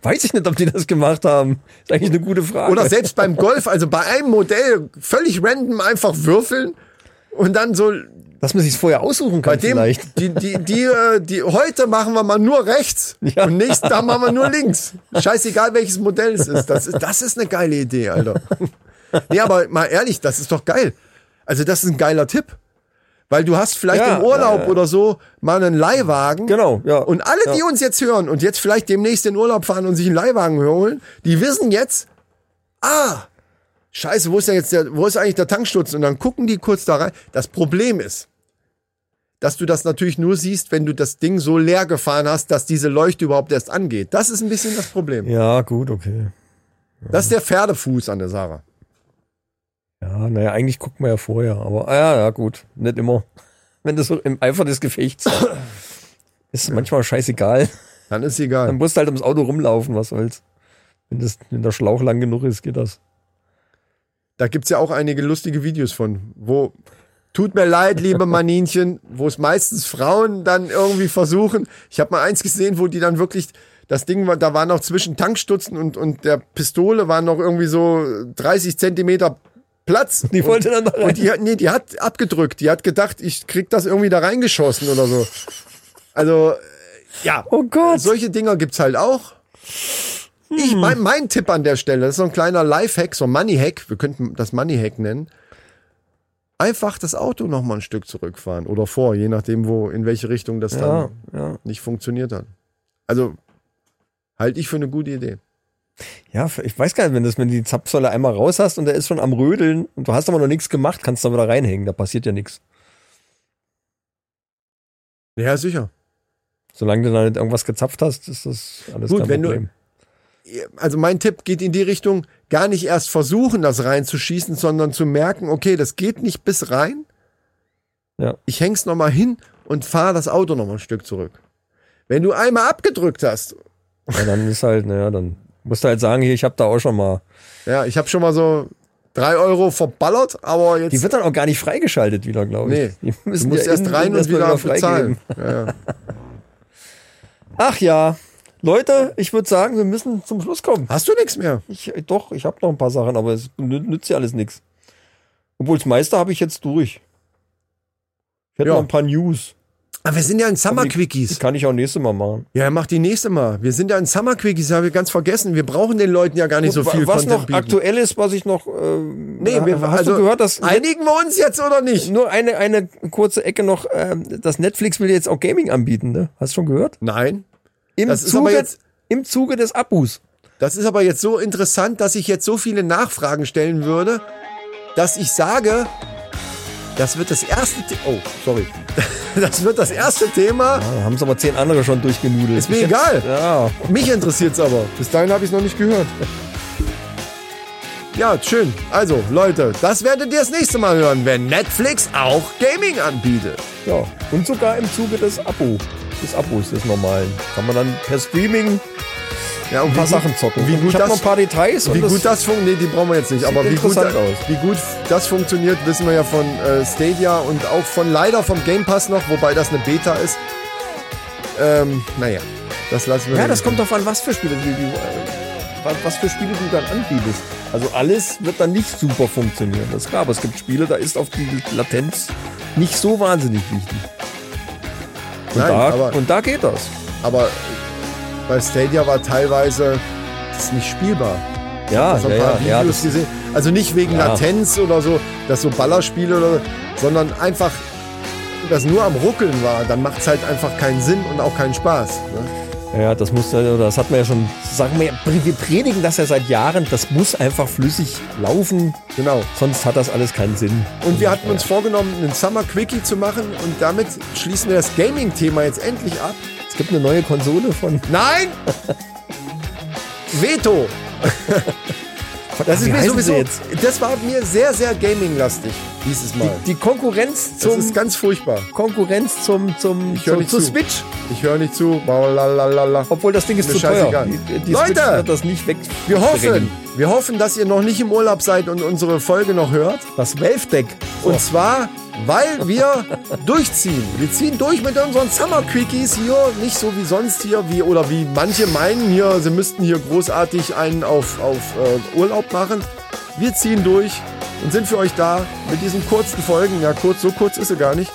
C: Weiß ich nicht, ob die das gemacht haben. Ist eigentlich eine gute Frage.
D: Oder selbst beim Golf, also bei einem Modell völlig random einfach würfeln und dann so
C: dass man sich vorher aussuchen kann
D: bei dem,
C: vielleicht.
D: die, die, die, äh, die, heute machen wir mal nur rechts
C: Ja.
D: und nächsten Tag machen wir nur links. Scheißegal welches Modell es ist. Das ist, das ist eine geile Idee, Alter. Nee, aber mal ehrlich, das ist doch geil. Also das ist ein geiler Tipp. Weil du hast vielleicht
C: Ja,
D: im Urlaub
C: ja, ja.
D: oder so mal einen Leihwagen.
C: Genau, ja.
D: Und alle, die uns jetzt hören und jetzt vielleicht demnächst in Urlaub fahren und sich einen Leihwagen holen, die wissen jetzt, ah, scheiße, wo ist denn jetzt der, wo ist eigentlich der Tankstutz? Und dann gucken die kurz da rein. Das Problem ist, dass du das natürlich nur siehst, wenn du das Ding so leer gefahren hast, dass diese Leuchte überhaupt erst angeht. Das ist ein bisschen das Problem.
C: Ja, gut, okay.
D: Das ist der Pferdefuß an der Sarah.
C: Ja, naja, eigentlich guckt man ja vorher, aber ah, ja, ja, gut, nicht immer. Wenn das so im Eifer des Gefechts ist, ist manchmal scheißegal.
D: Dann ist egal.
C: Dann musst du halt ums Auto rumlaufen, was soll's. Wenn, das, wenn der Schlauch lang genug ist, geht das.
D: Da gibt's ja auch einige lustige Videos von, wo, tut mir leid, liebe Maninchen, wo es meistens Frauen dann irgendwie versuchen. Ich habe mal eins gesehen, wo die dann wirklich, das Ding war, da war noch zwischen Tankstutzen und, und der Pistole waren noch irgendwie so 30 Zentimeter Platz.
C: Die wollte dann da
D: Und
C: rein.
D: die, hat- nee, die hat abgedrückt. Die hat gedacht, ich krieg das irgendwie da reingeschossen oder so. Also, ja.
C: Oh Gott. Hm.
D: Solche Dinger gibt's halt auch. Ich, mein, mein Tipp an der Stelle, das ist so ein kleiner Lifehack, so ein Moneyhack, wir könnten das Moneyhack nennen. einfach das Auto nochmal ein Stück zurückfahren oder vor, je nachdem, wo, in welche Richtung das
C: Ja,
D: dann
C: ja.
D: nicht funktioniert hat. Also halte ich für eine gute Idee.
C: ja, ich weiß gar nicht, wenn, das, wenn du die Zapfsäule einmal raus hast und der ist schon am Rödeln und du hast aber noch nichts gemacht, kannst du da wieder reinhängen, da passiert ja nichts.
D: Ja, sicher.
C: Solange du da nicht irgendwas gezapft hast, ist das alles
D: Gut,
C: kein
D: wenn du-
C: Problem.
D: Also mein Tipp geht in die Richtung, gar nicht erst versuchen, das reinzuschießen, sondern zu merken, okay, das geht nicht bis rein.
C: Ja.
D: Ich häng's nochmal hin und fahre das Auto nochmal ein Stück zurück. Wenn du einmal abgedrückt hast,
C: Ja, dann ist halt, naja, dann musst du halt sagen, hier, ich habe da auch schon mal.
D: ja, ich habe schon mal so drei Euro verballert, aber jetzt.
C: Die wird dann auch gar nicht freigeschaltet wieder, glaube ich.
D: Nee.
C: Die müssen
D: Du musst
C: ja
D: erst
C: innen
D: rein und
C: erstmal
D: wieder
C: freigeben.
D: bezahlen. Ja, ja.
C: Ach ja. Leute, ich würde sagen, wir müssen zum Schluss kommen.
D: Hast du nichts mehr?
C: Ich, doch, ich habe noch ein paar Sachen, aber es nü- nützt ja alles nichts. Obwohl, das meiste habe ich jetzt durch. Ich hätte
D: Ja.
C: noch ein paar News.
D: Aber wir sind ja in Summer
C: Die
D: Quickies.
C: kann ich auch nächstes Mal machen.
D: Ja, mach die nächste Mal. Wir sind ja in Summer Quickies, habe ich ganz vergessen. Wir brauchen den Leuten ja gar nicht
C: Gut,
D: so
C: wa-
D: viel
C: was
D: Content
C: noch
D: bieten.
C: aktuell ist, was ich noch. Ähm,
D: Nee, wir,
C: hast
D: also,
C: du gehört, dass
D: einigen wir uns jetzt oder nicht?
C: nur eine, eine kurze Ecke noch, ähm, dass Netflix will jetzt auch Gaming anbieten, ne? Hast du schon gehört?
D: Nein.
C: Im,
D: Das ist aber
C: Zuge,
D: jetzt-
C: im Zuge des Abus.
D: Das ist aber jetzt so interessant, dass ich jetzt so viele Nachfragen stellen würde, dass ich sage, das wird das erste The Oh, sorry. Das wird das erste Thema.
C: Ah, haben es aber zehn andere schon durchgenudelt.
D: Ist mir egal.
C: Ja.
D: Mich interessiert's aber. Bis dahin habe ich es noch nicht gehört. Ja, schön. Also, Leute, das werdet ihr das nächste Mal hören, wenn Netflix auch Gaming anbietet.
C: ja. Und sogar im Zuge des Abo. Des Abos des normalen. Kann man dann per Streaming
D: Ja, und
C: ein paar Sachen zocken.
D: Wie gut
C: ich habe
D: das
C: noch ein paar Details.
D: Wie
C: und
D: gut das funktioniert, nee, die brauchen wir jetzt nicht. Aber wie gut,
C: interessant aus.
D: wie gut das funktioniert, wissen wir ja von äh, Stadia und auch von leider vom Game Pass noch, wobei das eine Beta ist. Ähm, naja, das lassen wir.
C: Ja, das kommt drauf an, was für Spiele du, du, äh, wa- was für Spiele du dann anbietest. Also alles wird dann nicht super funktionieren. Das ist klar, aber es gibt Spiele, da ist auf die Latenz nicht so wahnsinnig wichtig. Und,
D: Nein,
C: da,
D: aber-
C: und da geht das.
D: Aber bei Stadia war teilweise das ist nicht spielbar. Also
C: Ja,
D: so
C: Ah, ja, ja, ja, das,
D: gesehen. Also nicht wegen
C: Ja.
D: Latenz oder so, dass so Ballerspiele oder so, sondern einfach, dass nur am Ruckeln war, dann macht es halt einfach keinen Sinn und auch keinen Spaß. Ne?
C: ja, das muss, ja- das hat man ja schon, sagen wir, ja, pre- wir predigen das ja seit Jahren, das muss einfach flüssig laufen,
D: Genau.
C: sonst hat das alles keinen Sinn.
D: Und wir hatten uns vorgenommen, einen Summer Quickie zu machen und damit schließen wir das Gaming-Thema jetzt endlich ab.
C: Es gibt eine neue Konsole von,
D: Nein! Veto! Das ist
C: Wie
D: mir
C: heißen sie
D: sowieso.
C: jetzt?
D: Das war mir sehr, sehr gaming-lastig dieses Mal.
C: die, die Konkurrenz
D: das
C: zum,
D: ist ganz furchtbar.
C: Konkurrenz zum, zum,
D: Ich höre
C: zum,
D: nicht
C: zur
D: zu.
C: Switch.
D: Ich höre nicht zu. Lalalala.
C: Obwohl das Ding ist
D: Mir
C: zu teuer.
D: scheißegal.
C: Die, die
D: Leute!
C: Switch wird das nicht weg.
D: Wir hoffen,
C: bringen.
D: wir hoffen, dass ihr noch nicht im Urlaub seid und unsere Folge noch hört.
C: Das Welfdeck.
D: Und zwar, weil wir durchziehen. Wir ziehen durch mit unseren Summer Quickies hier, nicht so wie sonst hier, wie oder wie manche meinen hier, sie müssten hier großartig einen auf, auf äh, Urlaub machen. Wir ziehen durch und sind für euch da mit diesen kurzen Folgen. Ja, kurz, so kurz ist sie gar nicht.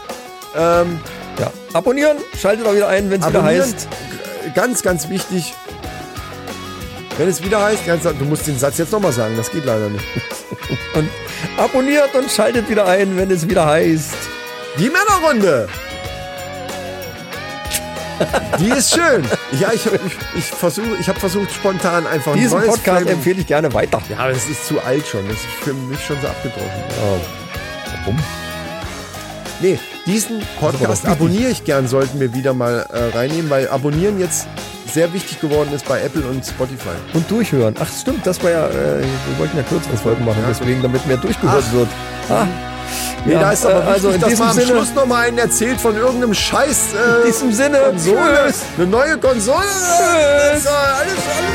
D: Ähm,
C: Ja. Abonnieren, schaltet auch wieder ein, wenn es wieder
D: Abonnieren,
C: heißt.
D: g- ganz, ganz wichtig. Wenn es wieder heißt, ganz, du musst den Satz jetzt nochmal sagen, das geht leider nicht.
C: Und abonniert und schaltet wieder ein, wenn es wieder heißt.
D: Die Männerrunde! Die ist schön. Ja, ich, ich, ich versuche, ich habe versucht, spontan einfach ein
C: Diesen
D: neues
C: Podcast
D: Flavor-
C: empfehle ich gerne weiter.
D: Ja, aber das ist zu alt schon. Das ist für mich schon so abgedroschen.
C: Warum?
D: Nee, diesen Podcast
C: wichtig.
D: abonniere ich gern, sollten wir wieder mal äh, reinnehmen, weil abonnieren jetzt sehr wichtig geworden ist bei Apple und Spotify.
C: Und durchhören. Ach stimmt, das war ja, äh, wir wollten ja kürzere Folgen machen,
D: Ja, gut.
C: deswegen, damit mehr durchgehört
D: Ach.
C: wird. Ah.
D: Nee, da ist aber
C: äh,
D: wichtig,
C: also in
D: dass
C: diesem
D: man am
C: Sinne,
D: Schluss noch mal einen erzählt von irgendeinem Scheiß. Äh,
C: in diesem Sinne,
D: Konsole.
C: tschüss.
D: Eine neue Konsole. Alles, alles.